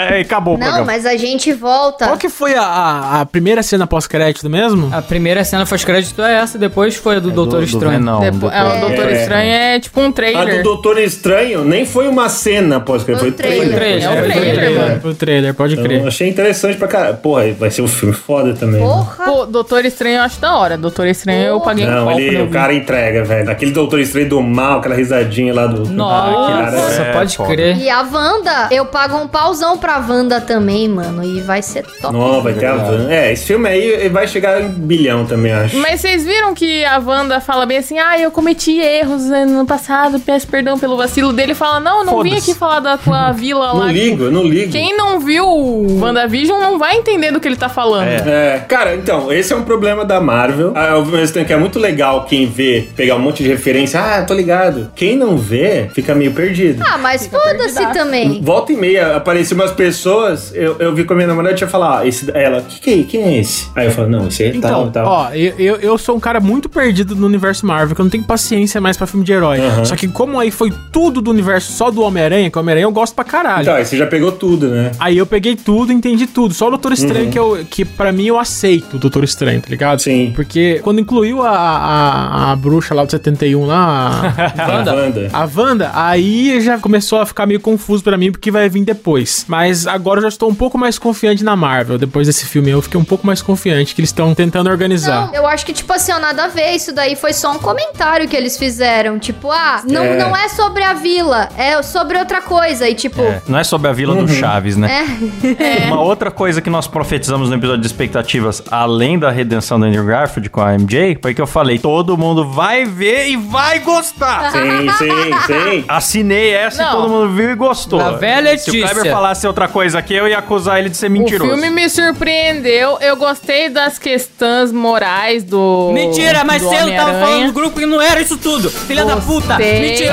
S3: É, acabou o programa.
S5: mas a gente volta.
S8: Qual que foi a, a, a primeira cena pós-crédito mesmo?
S6: É.
S7: A primeira cena pós-crédito é essa, depois foi a do Doutor Estranho.
S3: Não,
S4: Depo- é, o Doutor
S6: É.
S4: Estranho é tipo um
S6: A do
S4: trailer.
S6: Doutor Estranho nem foi uma cena pós que foi
S5: Foi
S6: trailer.
S5: trailer.
S7: trailer,
S4: É o
S8: foi
S4: trailer, mano.
S8: Foi o trailer, pode
S6: Então,
S8: crer.
S6: achei interessante pra caralho. Porra, vai ser um filme foda também. né?
S5: Porra.
S4: Pô, Doutor Estranho eu acho da hora. Doutor Estranho eu paguei um
S6: Não,
S4: pau quando
S6: ele,
S4: eu
S6: o
S4: vi.
S6: cara entrega, velho. Aquele Doutor Estranho do Mal, aquela risadinha lá do. Ah,
S7: Nossa,
S3: cara, é
S7: pode
S3: foda.
S8: crer.
S5: E a Wanda, eu pago um pauzão pra Wanda também, mano. E vai ser top.
S6: Não, vai ter a van. É, esse filme aí vai chegar em bilhão também, acho.
S4: Mas vocês viram que a Wanda fala bem assim: ah, eu cometi erros né, no passado, peço perdão pelo vacilo dele. Fala: não, não vim
S3: Foda-se.
S4: aqui falar da tua vila lá.
S6: não ligo, eu não ligo.
S4: Quem não viu o WandaVision não vai entender do que ele tá falando.
S6: É, cara, então, esse é um problema da Marvel. Ah, Ao mesmo tempo que é muito legal quem vê, pegar um monte de referência. Ah, tô ligado. Quem não vê, fica meio meio perdido.
S5: Ah, mas foda-se também.
S6: Volta e meia apareciam umas pessoas, eu, eu vi com a minha namorada e tinha falar, ah, esse, ela, que que é, quem é esse? Aí eu falo, não, esse é
S8: Então,
S6: tal, tal.
S8: ó, eu, eu, eu sou um cara muito perdido no universo Marvel, que eu não tenho paciência mais pra filme de herói.
S6: Aham.
S8: Só que como aí foi tudo do universo só do Homem-Aranha, que o Homem-Aranha eu gosto pra caralho.
S6: Então, aí você já pegou tudo, né?
S8: Aí eu peguei tudo, entendi tudo. Só o Doutor Estranho
S6: Uhum.
S8: que, eu, que pra mim eu aceito o Doutor Estranho, tá ligado?
S6: Sim.
S8: Porque quando incluiu a, a, a bruxa lá do 71 lá, a
S6: A Wanda.
S8: a Wanda, aí já começou a ficar meio confuso pra mim porque vai vir depois. Mas agora eu já estou um pouco mais confiante na Marvel. Depois desse filme eu fiquei um pouco mais confiante que eles estão tentando organizar.
S5: Não, eu acho que, tipo assim, ó, nada a ver. Isso daí foi só um comentário que eles fizeram. Tipo, ah, não
S6: É.
S5: é, não é sobre a vila, é sobre outra coisa. E tipo,
S3: É, não é sobre a Vila do Chaves, né?
S5: é.
S3: Uma outra coisa que nós profetizamos no episódio de expectativas, além da redenção do Andrew Garfield com a MJ, foi que eu falei: todo mundo vai ver e vai
S5: Ah.
S3: gostar.
S6: Sim, sim, sim.
S3: Assinei essa
S4: Não.
S3: e todo mundo viu e gostou.
S7: Lá vem a
S3: Se o Kleber
S7: Letícia.
S3: falasse outra coisa aqui, eu ia acusar ele de ser
S4: O
S3: mentiroso.
S4: filme me surpreendeu. Eu gostei das questões morais do.
S7: Mentira, mas
S4: do
S7: você não tava
S4: Homem-Aranha.
S7: falando do grupo que não era isso tudo. Filha da puta.
S4: Gostei.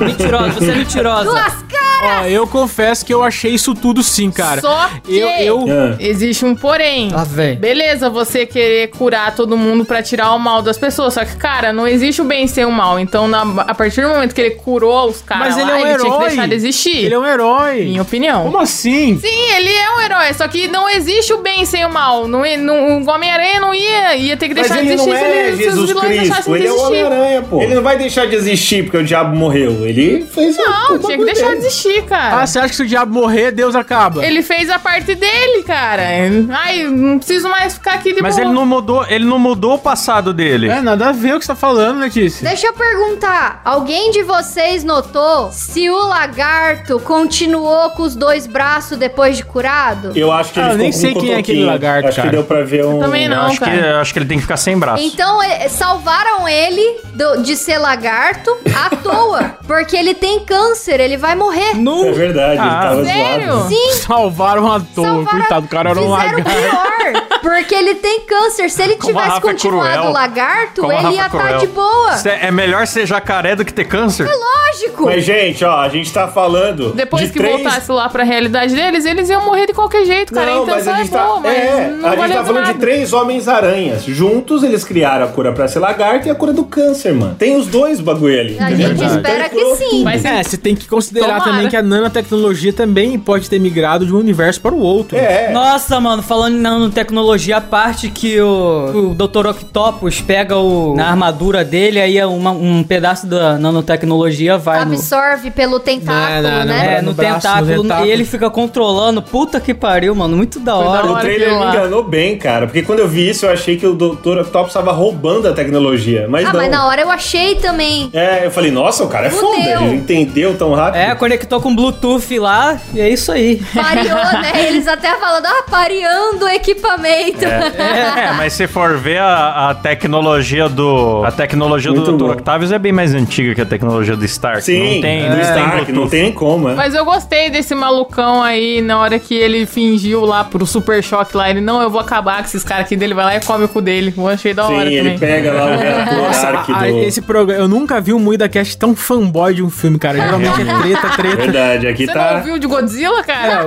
S7: Mentirosa. Mentirosa, você é mentirosa.
S5: Duas caras!
S8: Ó, eu confesso que eu achei isso tudo sim, cara.
S4: Só que
S8: Eu, eu,
S6: Ah.
S4: existe um porém.
S7: Lá vem.
S4: Beleza, você querer curar todo mundo pra tirar o mal das pessoas. Só que, cara, não existe o bem sem o mal. Então, na- a partir do momento que ele curou os caras,
S8: Mas ele
S4: lá,
S8: é um
S4: ele tinha que
S8: herói.
S4: deixar de existir.
S8: Ele é um herói.
S4: Minha opinião.
S8: Como assim?
S4: Sim, ele é um herói, só que não existe o bem sem o mal. Não, i- não, o Homem-Aranha não ia, ia ter que
S6: Mas
S4: deixar de
S6: ele
S4: existir
S6: não é
S4: ele-
S6: Jesus Cristo, ele é o Homem-Aranha, pô. Ele não vai deixar de existir porque o diabo morreu. Ele fez
S4: Não, tinha que deixar de existir, cara.
S8: Ah, você acha que se o diabo morrer, Deus acaba?
S4: Ele fez a parte dele, cara. Ai, não preciso mais ficar aqui de
S3: Mas
S4: boa.
S3: ele não mudou, ele não mudou o passado dele.
S8: É, nada a ver o que você tá falando, Letícia.
S5: Deixa eu perguntar, alguém de vocês notou se o lagarto continuou com os dois braços depois de curado?
S6: Eu acho que ele
S8: Ah, eu
S6: ficou
S8: nem
S6: com
S8: sei
S6: um
S8: quem é
S6: cotoquinho.
S8: aquele lagarto,
S6: Acho
S8: cara.
S6: que deu pra ver um...
S4: também
S3: Eu
S4: não,
S3: acho, que,
S4: cara.
S3: eu acho que ele tem que ficar sem braço.
S5: Então, eh, salvaram ele do- de ser lagarto à toa, porque ele tem câncer, ele vai morrer.
S6: É
S8: Não
S6: verdade,
S3: Ah,
S6: ele tava
S4: sério?
S6: zoado.
S5: Sim,
S8: salvaram a toa.
S5: salvaram,
S8: Coitado, o cara era um
S5: fizeram
S8: lagarto.
S5: pior, porque ele tem câncer. Se ele
S3: Como a
S5: tivesse
S3: Rafa é
S5: continuado
S3: cruel.
S5: lagarto,
S3: Como a
S5: ele
S3: Rafa
S5: ia estar
S3: Cruel.
S5: de boa.
S3: Cê- é melhor ser jacaré do que ter câncer?
S8: é
S5: Lógico.
S6: Mas, gente, ó, a gente tá falando
S4: Depois
S6: de
S4: que
S6: três...
S4: voltasse lá pra realidade deles, eles iam morrer de qualquer jeito, cara.
S6: Não,
S4: então
S6: mas
S4: só
S6: a
S4: é
S6: gente tá,
S4: boa, mas
S6: é,
S4: não
S6: a gente
S4: valeu
S6: tá
S4: de
S6: falando de
S4: nada.
S6: três homens-aranhas. Juntos eles criaram a cura pra ser lagarto e a cura do câncer, mano. Tem os dois bagulho ali.
S5: A
S6: entendeu?
S5: gente
S6: Então,
S5: espera
S6: ele curou
S5: que sim.
S4: Mas
S8: É, você tem que considerar
S4: Tomara.
S8: também que a nanotecnologia também pode ter migrado de um universo para o outro.
S6: É,
S7: Nossa, mano, falando em nanotecnologia, a parte que o, o Dr. Octopus pega o, na armadura dele, aí é uma- um pedaço da nanotecnologia vai no,
S5: Absorve pelo tentáculo,
S8: Não,
S5: né?
S8: não, não.
S7: é,
S8: É,
S7: no,
S8: no braço,
S7: tentáculo,
S8: no tentáculo.
S7: E ele fica controlando. Puta que pariu, mano. Muito da
S4: Foi da
S7: hora.
S4: hora
S6: O trailer
S4: aquilo
S6: me
S4: lá.
S6: enganou bem, cara. Porque quando eu vi isso, eu achei que o Dr. Octopus tava roubando a tecnologia. Mas
S5: Ah,
S6: não.
S5: mas na hora eu achei também.
S6: É, eu falei, nossa, o cara é
S5: Fudeu.
S6: foda. Ele entendeu tão rápido.
S7: É, conectou com Bluetooth lá e é isso aí.
S5: Pareou, né? Eles até falando, ah, pareando o equipamento.
S3: É, mas se for ver a, a tecnologia do. A tecnologia
S6: Muito
S3: do Dr.
S6: bom.
S3: Octavius é bem mais antiga que a tecnologia do Stark.
S6: Sim,
S3: não tem,
S6: é,
S3: não tem
S6: Stark,
S3: Bluetooth.
S6: não tem nem como, é.
S4: né, Mas eu gostei desse malucão aí na hora que ele fingiu lá pro super choque lá. Ele, não, eu vou acabar com esses caras aqui dele, vai lá e come o cu dele. Eu achei da
S6: Sim,
S4: hora
S6: ele
S4: também.
S6: pega lá o reator Stark
S8: Ah,
S6: do...
S8: esse programa, eu nunca vi um Muida Cast tão fanboy de um filme, cara. Geralmente é treta, treta.
S6: Verdade, aqui
S4: Você não
S6: tá...
S4: ouviu de Godzilla, cara?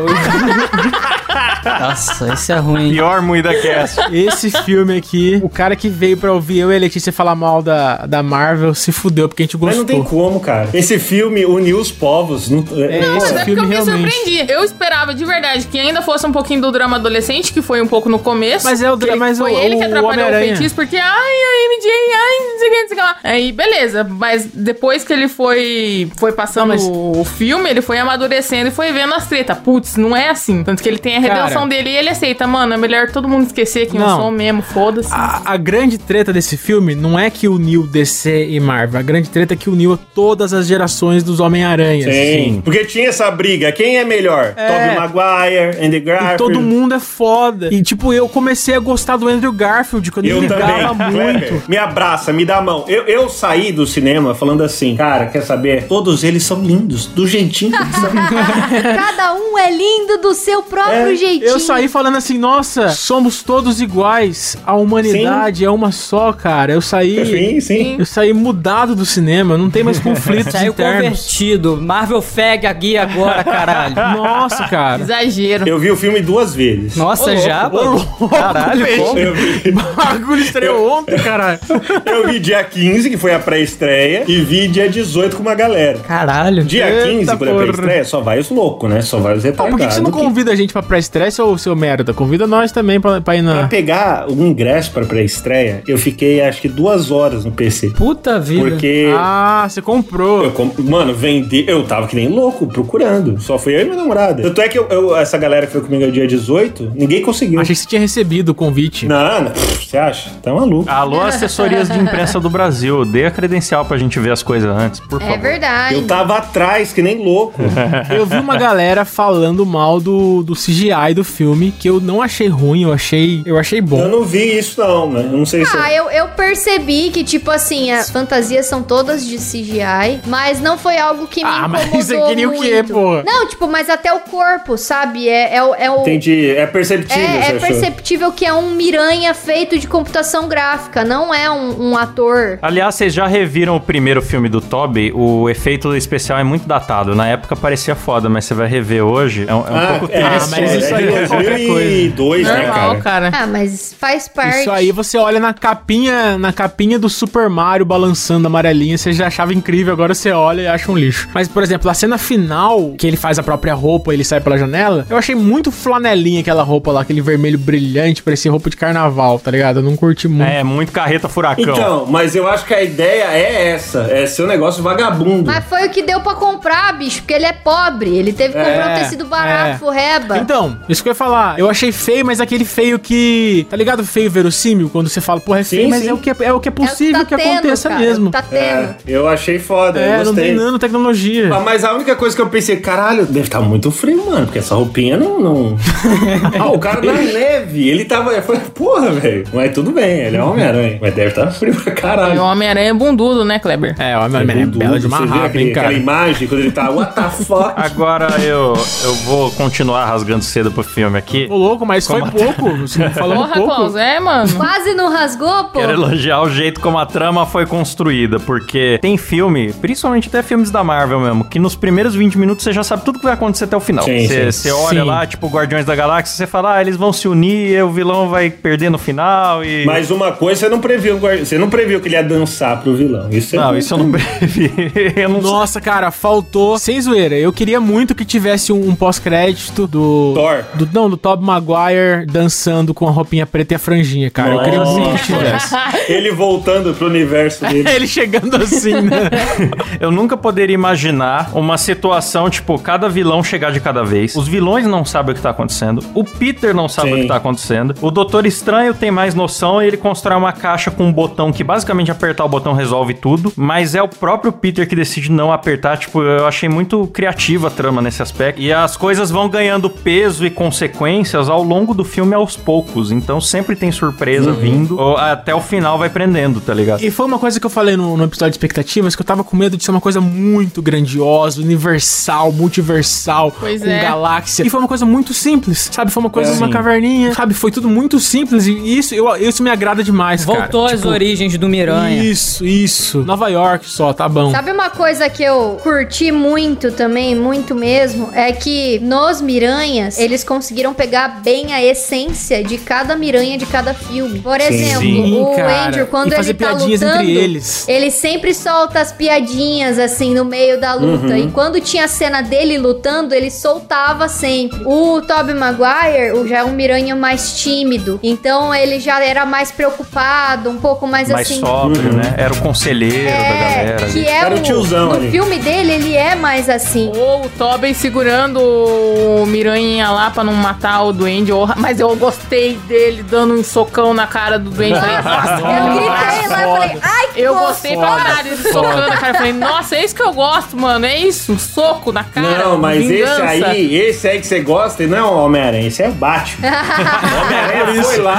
S7: Nossa, isso é ruim.
S3: Pior Muida Cast.
S8: Esse filme aqui, o cara que veio pra ouvir eu e a Letícia falar mal da, da Marvel se fudeu, porque a gente
S6: Mas
S8: gostou.
S6: não tem como, cara. Esse filme uniu os povos. Não...
S8: É,
S6: Pô,
S8: esse
S4: Mas é porque
S8: filme
S4: eu me
S8: realmente.
S4: surpreendi. Eu esperava de verdade que ainda fosse um pouquinho do drama adolescente, que foi um pouco no começo.
S8: Mas é o
S4: Que
S8: dra-
S4: ele-
S8: mas
S4: foi
S8: o-
S4: ele que
S8: o
S4: atrapalhou o,
S8: Homem-Aranha.
S4: feitiço, porque ai, a MJ, ai, não sei o que, não sei o que lá. Aí, beleza. Mas depois que ele foi, foi passando
S8: Não, mas-
S4: o filme, ele foi amadurecendo e foi vendo as tretas. Putz, não é assim. Tanto que ele tem a
S8: Cara.
S4: redenção dele e ele aceita, mano. É melhor todo mundo esquecer quem eu
S8: Não. Ah.
S4: sou mesmo, foda-se.
S8: A, a grande treta desse filme não é que uniu DC e Marvel. A grande treta é que uniu todas as gerações dos Homem-Aranhas.
S6: Sim. Porque tinha essa briga. Quem é melhor?
S8: É.
S6: Tobey Maguire, Andy Garfield.
S8: E todo mundo é foda. E, tipo, eu comecei a gostar do Andrew Garfield quando
S6: Eu
S8: ele
S6: também.
S8: ligava
S6: Kleber,
S8: muito.
S6: Me abraça, me dá levantar a mão. Eu, eu saí do cinema falando assim, cara, quer saber? Todos eles são lindos, do jeitinho que eles são.
S5: Cada um é lindo do seu próprio
S8: É,
S5: jeitinho.
S8: Eu saí falando assim, nossa, somos todos iguais. A humanidade é uma só, cara. Eu
S6: Sim,
S8: saí.
S6: sim.
S8: Eu saí mudado do cinema, não tem mais conflitos
S7: Saiu
S8: internos.
S7: convertido. Marvel Feg aqui agora, caralho.
S8: Nossa, cara.
S4: Exagero.
S6: Eu vi o filme duas vezes.
S7: Nossa, já, pô. Caralho, pô.
S6: Eu vi,
S8: Bagulho estreou ontem, caralho.
S6: eu vi dia 15, que foi a pré-estreia, e vi dia 18 com uma galera.
S7: Caralho.
S6: Dia
S8: Eita
S6: 15, por
S8: porra.
S6: exemplo, estreia, só vai os loucos, né? Só vai os
S8: Pô,
S6: retardados.
S8: por que, que você não
S6: que-
S8: convida a gente pra pré-estreia, seu, seu merda? Convida nós também pra, pra ir
S6: Pra
S8: na.
S6: pegar um ingresso pra pré-estreia, eu fiquei acho que duas horas no PC.
S7: Puta vida.
S6: Porque.
S8: Ah, você
S6: Eu
S8: comprou.
S6: comp- Mano, vender. Eu tava que nem louco procurando. Só fui eu e minha namorada. Tanto é que eu- eu- essa galera que foi comigo no dia 18, ninguém conseguiu.
S8: Achei que você tinha recebido o convite.
S6: Não, não, você acha? Tá
S8: Ah,
S6: maluco.
S3: Alô, assessorias de imprensa do Brasil. Dê a credencial pra gente ver as coisas antes, por
S5: É
S3: favor.
S5: verdade.
S6: Eu tava atrás, que nem louco.
S8: Eu vi uma galera falando mal do, do CGI do filme, que eu não achei ruim, eu achei, eu achei
S6: Eu
S8: bom.
S6: não vi isso, não, né? Eu não sei se.
S5: Ah,
S8: é.
S5: eu, eu percebi que, tipo assim, as fantasias são todas de CGI, mas não foi algo que me
S8: Ah, mas
S5: incomodou
S8: você queria o
S5: muito.
S8: quê, porra?
S5: Não, tipo, mas até o corpo, sabe? É, é, o- é o...
S6: Entendi. É perceptível,
S5: É,
S6: você
S5: é
S6: achou?
S5: perceptível que é um miranha feito de computação gráfica, não é um, um ator.
S3: Aliás, vocês já reviram o primeiro filme do Toby? O efeito especial é muito datado. Na época parecia foda, mas você vai rever hoje. É um, é um
S6: Ah,
S3: pouco
S6: é,
S3: triste.
S8: Ah, mas isso aí é qualquer coisa.
S6: 2002, né,
S4: Normal,
S6: cara?
S4: cara.
S5: Ah, mas faz parte.
S8: Isso aí você olha na capinha, na capinha do Super Mario balançando amarelinha, você já achava incrível, agora você olha e acha um lixo. Mas, por exemplo, a cena final, que ele faz a própria roupa, ele sai pela janela, eu achei muito flanelinha aquela roupa lá, aquele vermelho brilhante, parecia roupa de carnaval, tá ligado? Eu não curti muito.
S3: É, muito carreta furacão.
S6: Então, mas eu acho que a ideia é essa. É ser um negócio vagabundo.
S5: Mas foi o que deu pra comprar, bicho, porque ele é pobre. Ele teve que comprar um
S8: É,
S5: tecido barato,
S8: é.
S5: forreba.
S8: Então, isso que eu ia falar. Eu achei feio, mas aquele feio que. Tá ligado? Feio verossímil, quando você fala, porra, é feio,
S6: Sim,
S8: mas
S6: sim.
S8: é o, que é, é o que é
S5: É o
S8: possível
S5: tá
S8: que,
S5: tendo,
S8: aconteça
S5: cara,
S8: mesmo.
S5: Tá tendo.
S6: É, eu achei foda,
S8: é,
S6: eu
S8: não
S6: gostei.
S8: tem nanotecnologia.
S6: Ah, Mas a única coisa que eu pensei, caralho, deve estar muito frio, mano, porque essa roupinha não. não... ah, o cara na neve, ele tava. Eu falei, porra, velho. Mas tudo bem, ele é um Homem-Aranha. Mas deve estar frio pra
S4: E o
S6: caralho.
S4: Homem-Aranha é bundudo, né, Kleber?
S8: É, ó, minha é
S6: Tudo,
S8: um bela de uma
S6: você vê
S8: rapa,
S6: aquele-
S8: hein, cara.
S6: Aquela imagem quando ele tá, what the fuck?
S3: Agora eu, eu vou continuar rasgando cedo pro filme aqui.
S8: Ô, louco, mas foi pouco. Você falou um
S4: Porra,
S8: pouco.
S4: Klaus, é, mano.
S5: Quase não rasgou, pô.
S3: Quero elogiar o jeito como a trama foi construída, porque tem filme, principalmente até filmes da Marvel mesmo, que nos primeiros 20 minutos você já sabe tudo que vai acontecer até o final.
S6: Sim,
S3: Você
S8: sim.
S3: você olha
S8: Sim.
S3: lá, tipo, Guardiões da Galáxia, você fala, ah, eles vão se unir, e o vilão vai perder no final e.
S6: Mas uma coisa você não previu, guarda- você não previu que ele ia dançar pro vilão. Isso é
S3: Não, isso eu não previ. Eu não
S8: Nossa, cara, faltou. Sem zoeira, eu queria muito que tivesse um, um pós-crédito do.
S6: Thor.
S8: Do, não, do Tobey Maguire dançando com a roupinha preta e a franjinha, cara. Eu queria
S6: Nossa.
S8: muito que tivesse.
S6: Ele voltando pro universo dele.
S8: Ele chegando assim, né?
S3: Eu nunca poderia imaginar uma situação, tipo, cada vilão chegar de cada vez. Os vilões não sabem o que tá acontecendo. O Peter não sabe
S6: Sim.
S3: o que tá acontecendo. O Doutor Estranho tem mais noção e ele constrói uma caixa com um botão que basicamente apertar o botão resolve tudo. Mas é o próprio Peter que decide não apertar. Tipo, eu achei muito criativa a trama nesse aspecto. E as coisas vão ganhando peso e consequências ao longo do filme aos poucos. Então sempre tem surpresa vindo. Ou até o final vai prendendo, tá ligado?
S8: E foi uma coisa que eu falei no, no episódio de expectativas, que eu tava com medo de ser uma coisa muito grandiosa, universal, multiversal,
S4: Pois
S8: com
S4: é.
S8: galáxia. E foi uma coisa muito simples, sabe? Foi uma
S6: É,
S8: coisa de uma caverninha, sabe? Foi tudo muito simples e isso, eu, isso me agrada demais,
S7: Voltou
S8: cara.
S7: às origens do Miranha.
S8: Isso, isso. Nova York só, tá bom.
S5: Sabe uma coisa que eu curti muito também, muito mesmo, é que nos Miranhas, eles conseguiram pegar bem a essência de cada Miranha de cada filme. Por exemplo,
S8: Sim,
S5: o
S8: cara.
S5: Andrew,
S8: E
S5: quando
S8: fazer
S5: ele tá
S8: piadinhas
S5: lutando,
S8: entre eles.
S5: ele sempre solta as piadinhas, assim, no meio da luta.
S8: Uhum.
S5: E quando tinha a cena dele lutando, ele soltava sempre. O Tobey Maguire o- já é um Miranha mais tímido, então ele já era mais preocupado, um pouco mais,
S3: mais
S5: assim...
S3: sóbrio, né? Era o conselheiro da galera. ali.
S5: que é
S6: Era o
S5: o-
S6: tiozão
S5: no
S6: ali.
S5: filme dele, ele é mais assim.
S4: Ou o Tobey segurando o Miranha lá pra não matar o Duende. ou- Mas eu gostei dele dando um socão na cara do Duende. Falei, nossa,
S6: Ah,
S5: Eu
S4: que
S5: gritei lá, eu falei, ai, que
S4: Eu
S5: fofo.
S4: gostei pra caralho dele socando a cara. Eu falei, nossa, é isso que eu gosto, mano. É isso, um soco na cara.
S6: não, mas
S4: vingança.
S6: esse aí, esse aí que você gosta, não é o Homem-Aranha, esse é o Batman. O Homem-Aranha foi lá,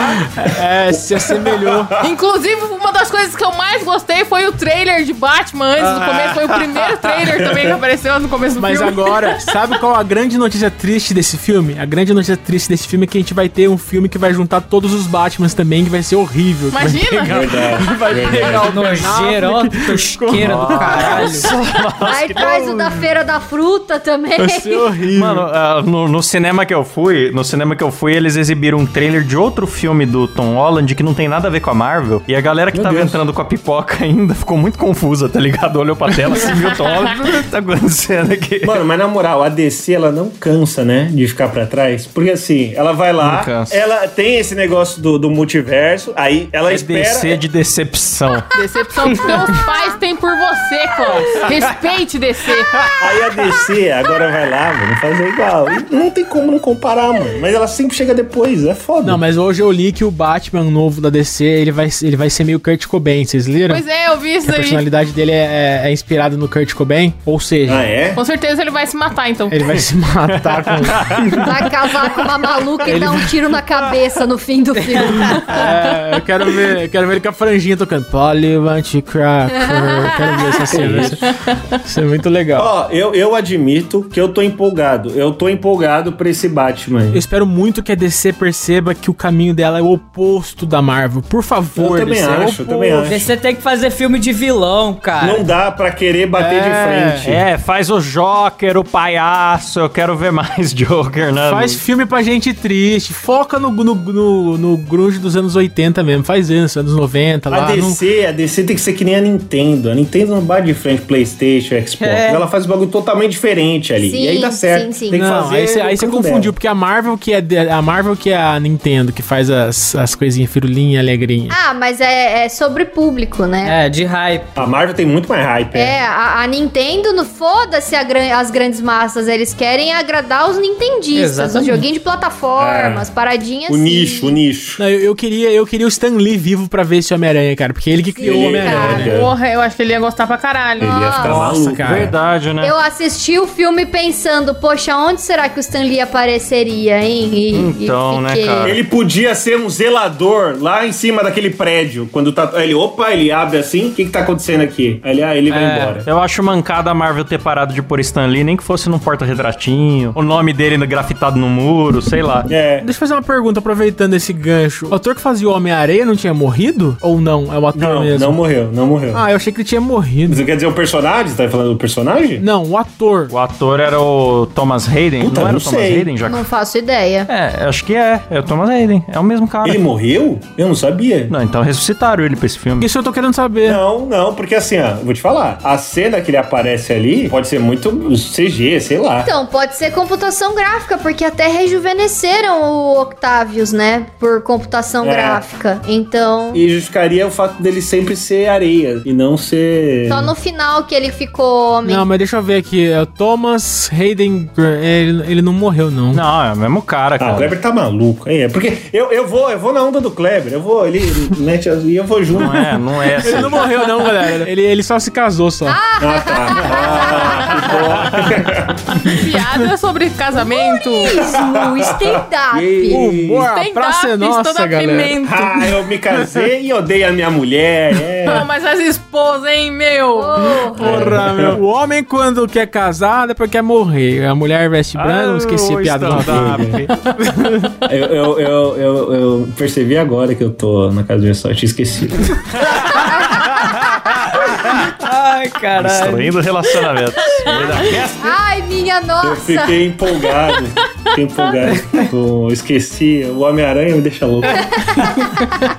S8: É, se assemelhou.
S4: Inclusive, uma das coisas que eu mais gostei foi o trailer de Batman antes do começo. Foi o
S5: Ah.
S4: primeiro trailer também que apareceu no começo do
S8: Mas
S4: filme.
S8: agora, sabe qual a grande notícia triste desse filme? A grande notícia triste desse filme é que a gente vai ter um filme que vai juntar todos os Batmans também, que vai ser horrível. que vai
S4: Imagina. Tá
S8: pegar-
S6: Verdade.
S8: Vai pegar o
S7: Nojeira, ó, tosqueira do caralho.
S5: Aí traz o da feira da fruta também.
S8: Vai ser horrível.
S3: Mano, ah, no, no cinema que eu fui, no cinema que eu fui, eles exibiram um trailer de outro filme do Tom Holland que não tem nada a ver com a Marvel. E a galera que tava entrando com a pipoca ainda ficou muito confusa, tá ligado? Olhou pra tela assim, viu o Tom Holland. O que tá acontecendo aqui?
S6: Mano, mas na moral, a DC ela não cansa, né? De ficar pra trás. Porque assim, ela vai
S3: Não
S6: lá,
S3: cansa.
S6: ela tem esse negócio do, do multiverso, aí ela
S3: é
S6: espera.
S3: descer de decepção.
S4: Decepção que teus pais têm por você, Klaus. Respeite DC.
S6: Aí a DC agora vai lá, vamos fazer igual. E não tem como não comparar, mano. Mas ela sempre chega depois, é foda.
S8: Não, mas hoje eu li que o Batman novo da DC, ele vai, ele vai ser meio Kurt Cobain, vocês leram?
S4: Pois é, eu vi isso
S8: A
S4: aí.
S8: personalidade dele é, é- é inspirada no Kurt Cobain, ou seja,
S6: Ah, é?
S4: Com certeza ele vai se matar, então.
S8: ele vai se matar com...
S5: Vai casar com uma maluca e dar um tiro na cabeça no fim do filme.
S8: É, eu quero ver, eu quero ver ele com a franjinha tocando Polly Bunch Cracker, eu quero ver essa cena, isso, isso é muito legal.
S6: Ó, eu, eu admito que eu tô empolgado. Eu tô empolgado pra esse Batman.
S8: Eu espero muito que a DC perceba que o caminho dela é o oposto da Marvel. Por favor,
S6: Eu também
S8: DC, é o
S6: acho, eu também
S8: oposto.
S7: Você tem que fazer filme de vilão, cara.
S6: Não dá pra querer bater de frente.
S3: É, faz o Joker, o palhaço. Eu quero ver mais Joker, né?
S8: Faz filme pra gente triste. Foca no, no, no, no grunge dos anos 80 mesmo. Faz isso, anos 90
S6: A
S8: lá. não-
S6: DC, a DC tem que ser que nem a Nintendo. A Nintendo não bate de frente PlayStation, Xbox.
S7: É.
S6: Ela faz um bagulho totalmente diferente ali.
S5: Sim,
S6: e aí dá certo.
S5: sim, sim.
S6: Tem que
S8: Não,
S6: fazer
S8: aí você aí
S6: o
S8: você
S6: canto
S8: confundiu,
S6: dela.
S8: porque a Marvel que é de- a Marvel que é a Nintendo, que faz as, as coisinhas firulinha, alegrinha.
S5: Ah, mas é, é sobre público, né?
S7: É, de hype.
S6: A Marvel tem muito mais hype. né?
S5: É, a, a Nintendo não foda-se a gran- as grandes massas. Eles querem agradar os nintendistas,
S7: Exatamente.
S5: os joguinhos de plataformas, paradinhas
S6: O
S5: assim.
S6: nicho, o nicho.
S8: Não, eu, eu queria, eu queria o Stan Lee vivo pra ver esse Homem-Aranha, cara, porque ele que criou o
S6: Sim,
S8: Homem-Aranha.
S6: cara.
S4: Porra, eu acho que ele ia gostar pra caralho.
S6: Ele ia ficar maluco.
S8: cara.
S3: Verdade, né?
S5: Eu assisti o filme pensando, poxa, onde será que o Stan Lee apareceria, hein? E- e
S3: Então, né,
S5: fiquei-
S3: cara?
S6: Ele podia ser um zelador lá em cima daquele prédio. Quando tá. Ele, opa, ele abre assim. O que, que tá acontecendo aqui? Aí Ele, ah, ele vai
S3: É,
S6: embora.
S3: Eu acho mancada a Marvel ter parado de pôr Stan Lee, nem que fosse num porta-retratinho, o nome dele no- grafitado no muro, sei lá.
S6: É.
S8: Deixa eu fazer uma pergunta, aproveitando esse gancho. O ator que fazia o Homem-Aranha não tinha morrido? Ou não? É o ator
S6: Não,
S8: mesmo?
S6: não morreu, não morreu.
S8: Ah, eu achei que ele tinha morrido.
S6: Você quer dizer o personagem? Você tá falando do personagem?
S8: Não, o ator.
S3: O ator era o Thomas Hayden.
S6: Puta,
S3: não era
S6: não
S3: o Thomas
S6: sei.
S3: Hayden, já?
S5: Não faço ideia.
S3: É, acho que é. É o Thomas Hayden. É o mesmo cara.
S6: Ele morreu? Eu não sabia.
S3: Não, então ressuscitaram ele pra esse filme.
S8: Isso eu tô querendo saber.
S6: Não, não, porque assim, ó, vou te falar. A cena que ele aparece ali pode ser muito CG, sei lá.
S5: Então, pode ser computação gráfica, porque até rejuvenesceram o Octavius, né? Por computação
S6: É.
S5: gráfica. Então.
S6: E justificaria o fato dele sempre ser areia e não ser.
S5: Só no final que ele ficou homem.
S8: Não, mas deixa eu ver aqui. É o Thomas Hayden. Ele, ele não morreu, não.
S3: Não, é o mesmo cara,
S6: Ah, o
S3: cara.
S6: Kleber tá maluco. É, porque eu, eu vou, eu vou na onda do Kleber. Eu vou, ele mete as- e eu vou junto.
S3: Não é, não é
S8: Ele não
S3: assim.
S8: morreu, não, galera. Ele, ele só se casou só.
S6: Ah, tá. Ah, que bom.
S4: Piada sobre casamento.
S5: Isso, stand-up.
S8: Humor, a
S4: Tem
S8: praça é
S4: gafes,
S8: nossa,
S4: toda
S8: galera.
S4: pimenta.
S6: Ah, eu me casei e odeio a minha mulher. É.
S4: Não, mas essa esposa, hein, meu?
S8: Porra, meu. O homem, quando quer casar, depois quer morrer. A mulher veste branco, esqueci a piada.
S3: Ah, o
S8: do
S3: stand-up.
S6: Eu, eu, eu, eu, eu percebi agora que eu tô na casa do pessoal, eu tinha esquecido.
S7: Ai, caralho.
S3: Destruindo relacionamentos.
S5: Ai, minha
S6: Eu
S5: nossa.
S6: fiquei empolgado. Fiquei empolgado. Eu esqueci. O Homem-Aranha me deixa louco.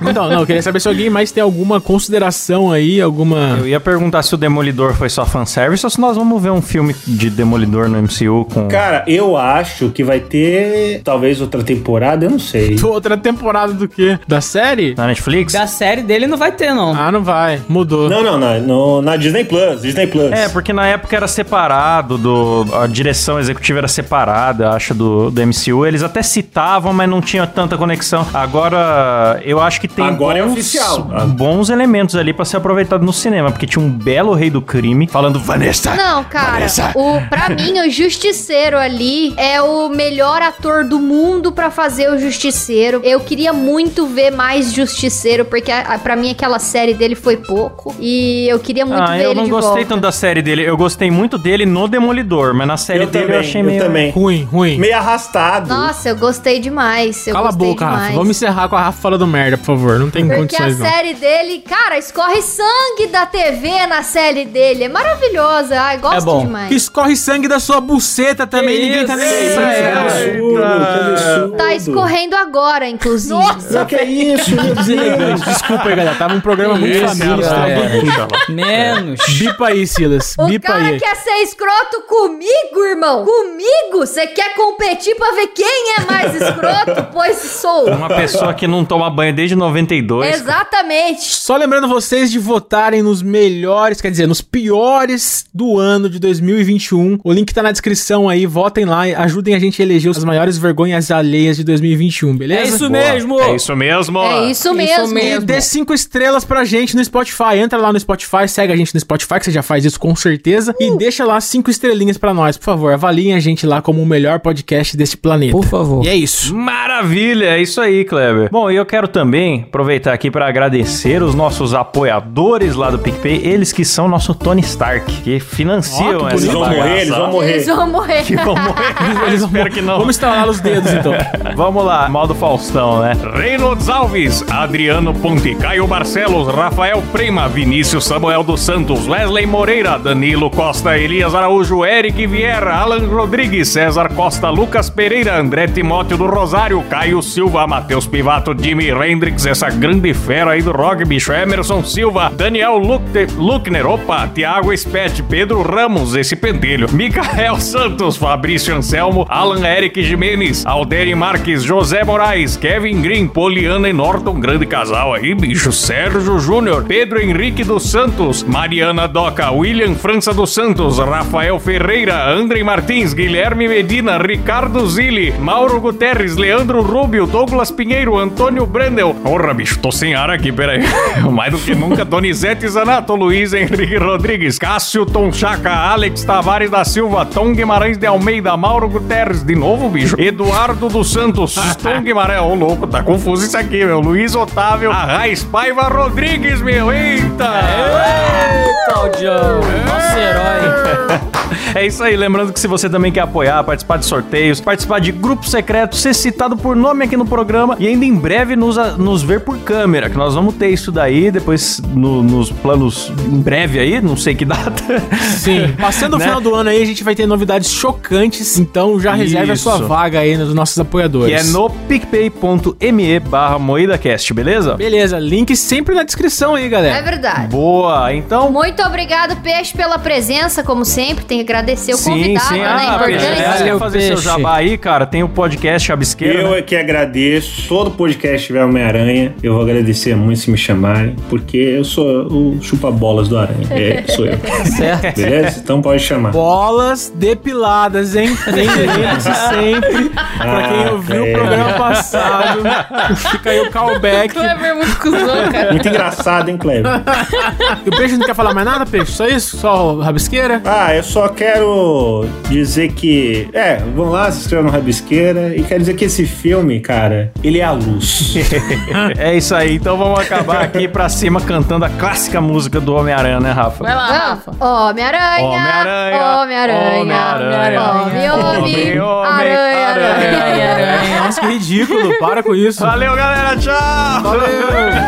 S8: Então, não, eu queria saber se alguém mais tem alguma consideração aí, alguma.
S3: Eu ia perguntar se o Demolidor foi só fanservice ou se nós vamos ver um filme de Demolidor no MCU com...
S6: Cara, eu acho que vai ter talvez outra temporada, eu não sei.
S8: Outra temporada do quê? Da série?
S3: na Netflix?
S7: Da série dele não vai ter, não.
S8: Ah, não vai. Mudou.
S6: Não, não, na, no- na Disney Plus, Disney Plus.
S3: É, porque na época era separado, do, a direção executiva era separada, acho, do do, do MCU. Eles até citavam, mas não tinha tanta conexão. Agora, eu acho que tem
S6: Agora é oficial.
S3: bons elementos ali pra ser aproveitado no cinema, porque tinha um belo rei do crime falando
S8: Tá.
S3: Vanessa.
S5: Não, cara,
S3: Vanessa.
S5: o, pra mim, o Justiceiro ali é o melhor ator do mundo pra fazer o Justiceiro. Eu queria muito ver mais Justiceiro, porque a, a- pra mim aquela série dele foi pouco. E eu queria muito
S3: ah,
S5: ver
S3: eu
S5: ele
S3: não
S5: de
S3: gostei
S5: volta.
S3: tanto da série dele. Eu gostei muito dele no Demolidor, mas na série
S6: Eu
S3: dele
S6: também,
S3: eu achei
S6: eu
S3: meio.
S6: também.
S8: Ruim, ruim.
S6: Meio arrastado.
S5: Nossa, eu gostei demais. Eu
S8: Cala a
S5: gostei
S8: boca, Rafa.
S5: demais.
S8: Vamos encerrar com a Rafa falando merda, por favor. Não tem
S5: Porque a
S8: condições, não.
S5: série dele, cara, escorre sangue da TV na série dele. É maravilhosa. Ai, gosto
S7: É bom.
S5: demais.
S8: Escorre sangue da sua buceta também,
S7: Que
S8: ninguém tá
S7: isso?
S8: nem aí pra
S6: Que
S8: ela.
S6: absurdo, que absurdo.
S5: Tá escorrendo agora, inclusive.
S6: Não, que é isso, meu Deus.
S8: Desculpa aí, galera. Tava um programa muito
S3: Esse
S8: família.
S3: ela
S8: tá?
S3: é.
S7: Menos.
S8: Bipa aí, Silas.
S5: O
S8: Bipa
S5: cara é
S8: aí.
S5: quer ser escroto comigo, irmão. Comigo? Você quer competir pra ver quem é mais escroto? pois sou.
S3: Uma pessoa que não toma banho desde 92.
S5: Exatamente.
S8: Só lembrando vocês de votarem nos melhores, quer dizer, nos piores do ano de 2021. O link tá na descrição aí, votem lá e ajudem a gente a eleger as maiores vergonhas alheias de 2021, beleza?
S7: É isso mesmo.
S3: É isso mesmo.
S5: É isso mesmo.
S8: E
S4: mesmo.
S8: dê cinco estrelas pra gente no Spotify. Entra lá no Spotify, segue a gente no Spotify, que você já faz isso com certeza.
S7: Uh!
S8: E deixa lá cinco estrelinhas pra nós, por favor. Avaliem a gente lá como o melhor podcast deste planeta.
S7: Por favor.
S8: E é isso.
S3: Maravilha, é isso aí, Kleber. Bom, e eu quero também aproveitar aqui para agradecer os nossos apoiadores lá do PicPay, eles que são nosso Tony Stark, que financiam
S8: Ó, que
S3: essa
S6: Eles vão
S3: bagaça.
S6: morrer, eles vão morrer.
S5: Eles vão morrer.
S3: Que vão morrer.
S8: Eles vão-
S3: Espero que não.
S8: Vamos estalar os dedos, então.
S3: Vamos lá, mal do Faustão, né? Reynolds Alves, Adriano Ponte, Caio Barcelos, Rafael Prema, Vinícius Samuel dos Santos, Wesley Moreira, Danilo Costa, Elias Araújo, Eric Vieira, Alan Rodrigues, César Costa, Lucas Pereira, André Timóteo do Rosário, Caio Silva, Matheus Pivato, Jimmy Hendrix, essa grande fera aí do rock, bicho, Emerson Silva, Daniel Luc- Luckner, opa, Tiago Spett, Pedro Ramos, esse pendelho, Micael Santos, Fabrício Anselmo, Alan Eric Jimenez, Alderi Marques, José Moraes, Kevin Green, Poliana e Norton, grande casal aí, bicho, Sérgio Júnior, Pedro Henrique dos Santos, Mariana Doca, William França dos Santos, Rafael Ferreira, Andrei Martins, Guilherme Medina, Ricardo Zilli, Mauro Guterres, Leandro Rubio, Douglas Pinheiro, Antônio Brandel. Porra, bicho, tô sem ar aqui, peraí. Mais do que nunca, Donizete Zanato, Luiz Henrique Rodrigues, Cássio Tonchaca, Alex Tavares da Silva, Tom Guimarães de Almeida, Mauro Guterres, de novo, bicho, Eduardo dos Santos, Tom Guimarães, ô louco, tá confuso isso aqui, meu, Luiz Otávio, Arraiz Paiva Rodrigues, meu, eita!
S7: Claudio, nosso herói.
S3: É isso aí, lembrando que se você também quer apoiar, participar de sorteios, participar de grupo secreto, ser citado por nome aqui no programa e ainda em breve nos, a- nos ver por câmera, que nós vamos ter isso daí depois no- nos planos em breve aí, não sei que data.
S8: Sim. Passando o
S3: Né?
S8: final do ano aí, a gente vai ter novidades chocantes, então já reserve
S3: Isso.
S8: a sua vaga aí nos nossos
S3: Que
S8: apoiadores.
S3: é no picpay.me barra moedacast, beleza?
S8: Beleza, link sempre na descrição aí,
S5: É
S8: galera.
S5: verdade.
S3: Boa, então...
S5: Muito obrigado, Peixe, pela presença, como sempre. Tem que agradecer o convidado, né?
S3: Ah,
S5: Importante.
S3: Peixe, aliás,
S7: Valeu,
S3: quer fazer seu
S7: Peixe.
S3: jabá aí, cara? Tem o podcast Chabisqueira,
S6: Eu
S3: né?
S6: é que agradeço. Todo podcast que tiver Homem-Aranha, eu vou agradecer muito se me chamarem, porque eu sou o chupa-bolas do Aranha. É, sou eu.
S7: Certo.
S6: Beleza? Então pode chamar.
S8: Bolas depiladas, hein? Tem links sempre. pra quem
S6: Ah,
S8: ouviu o
S6: cara.
S8: programa passado, fica aí o callback.
S4: Kleber é muito cuzão, cara.
S6: Muito engraçado, hein, Cleber?
S8: E o peixe não quer falar mais nada, peixe? Só isso? Só rabisqueira?
S6: Ah, eu só quero dizer que. É, vão lá, se inscrevam no Rabisqueira. E quero dizer que esse filme, cara, ele é a luz.
S3: É isso aí, então vamos acabar aqui pra cima cantando a clássica música do Homem-Aranha, né, Rafa?
S4: Vai lá,
S5: Vamos.
S4: Rafa.
S5: Homem-Aranha.
S3: Homem-Aranha,
S5: Homem-Aranha.
S3: Homem-Aranha,
S5: Homem-Homem.
S3: Homem-Aranha,
S5: Aranha.
S3: Aranha.
S5: Aranha.
S8: Nossa, que ridículo. Para com isso.
S3: Valeu, galera. Tchau.
S8: Valeu.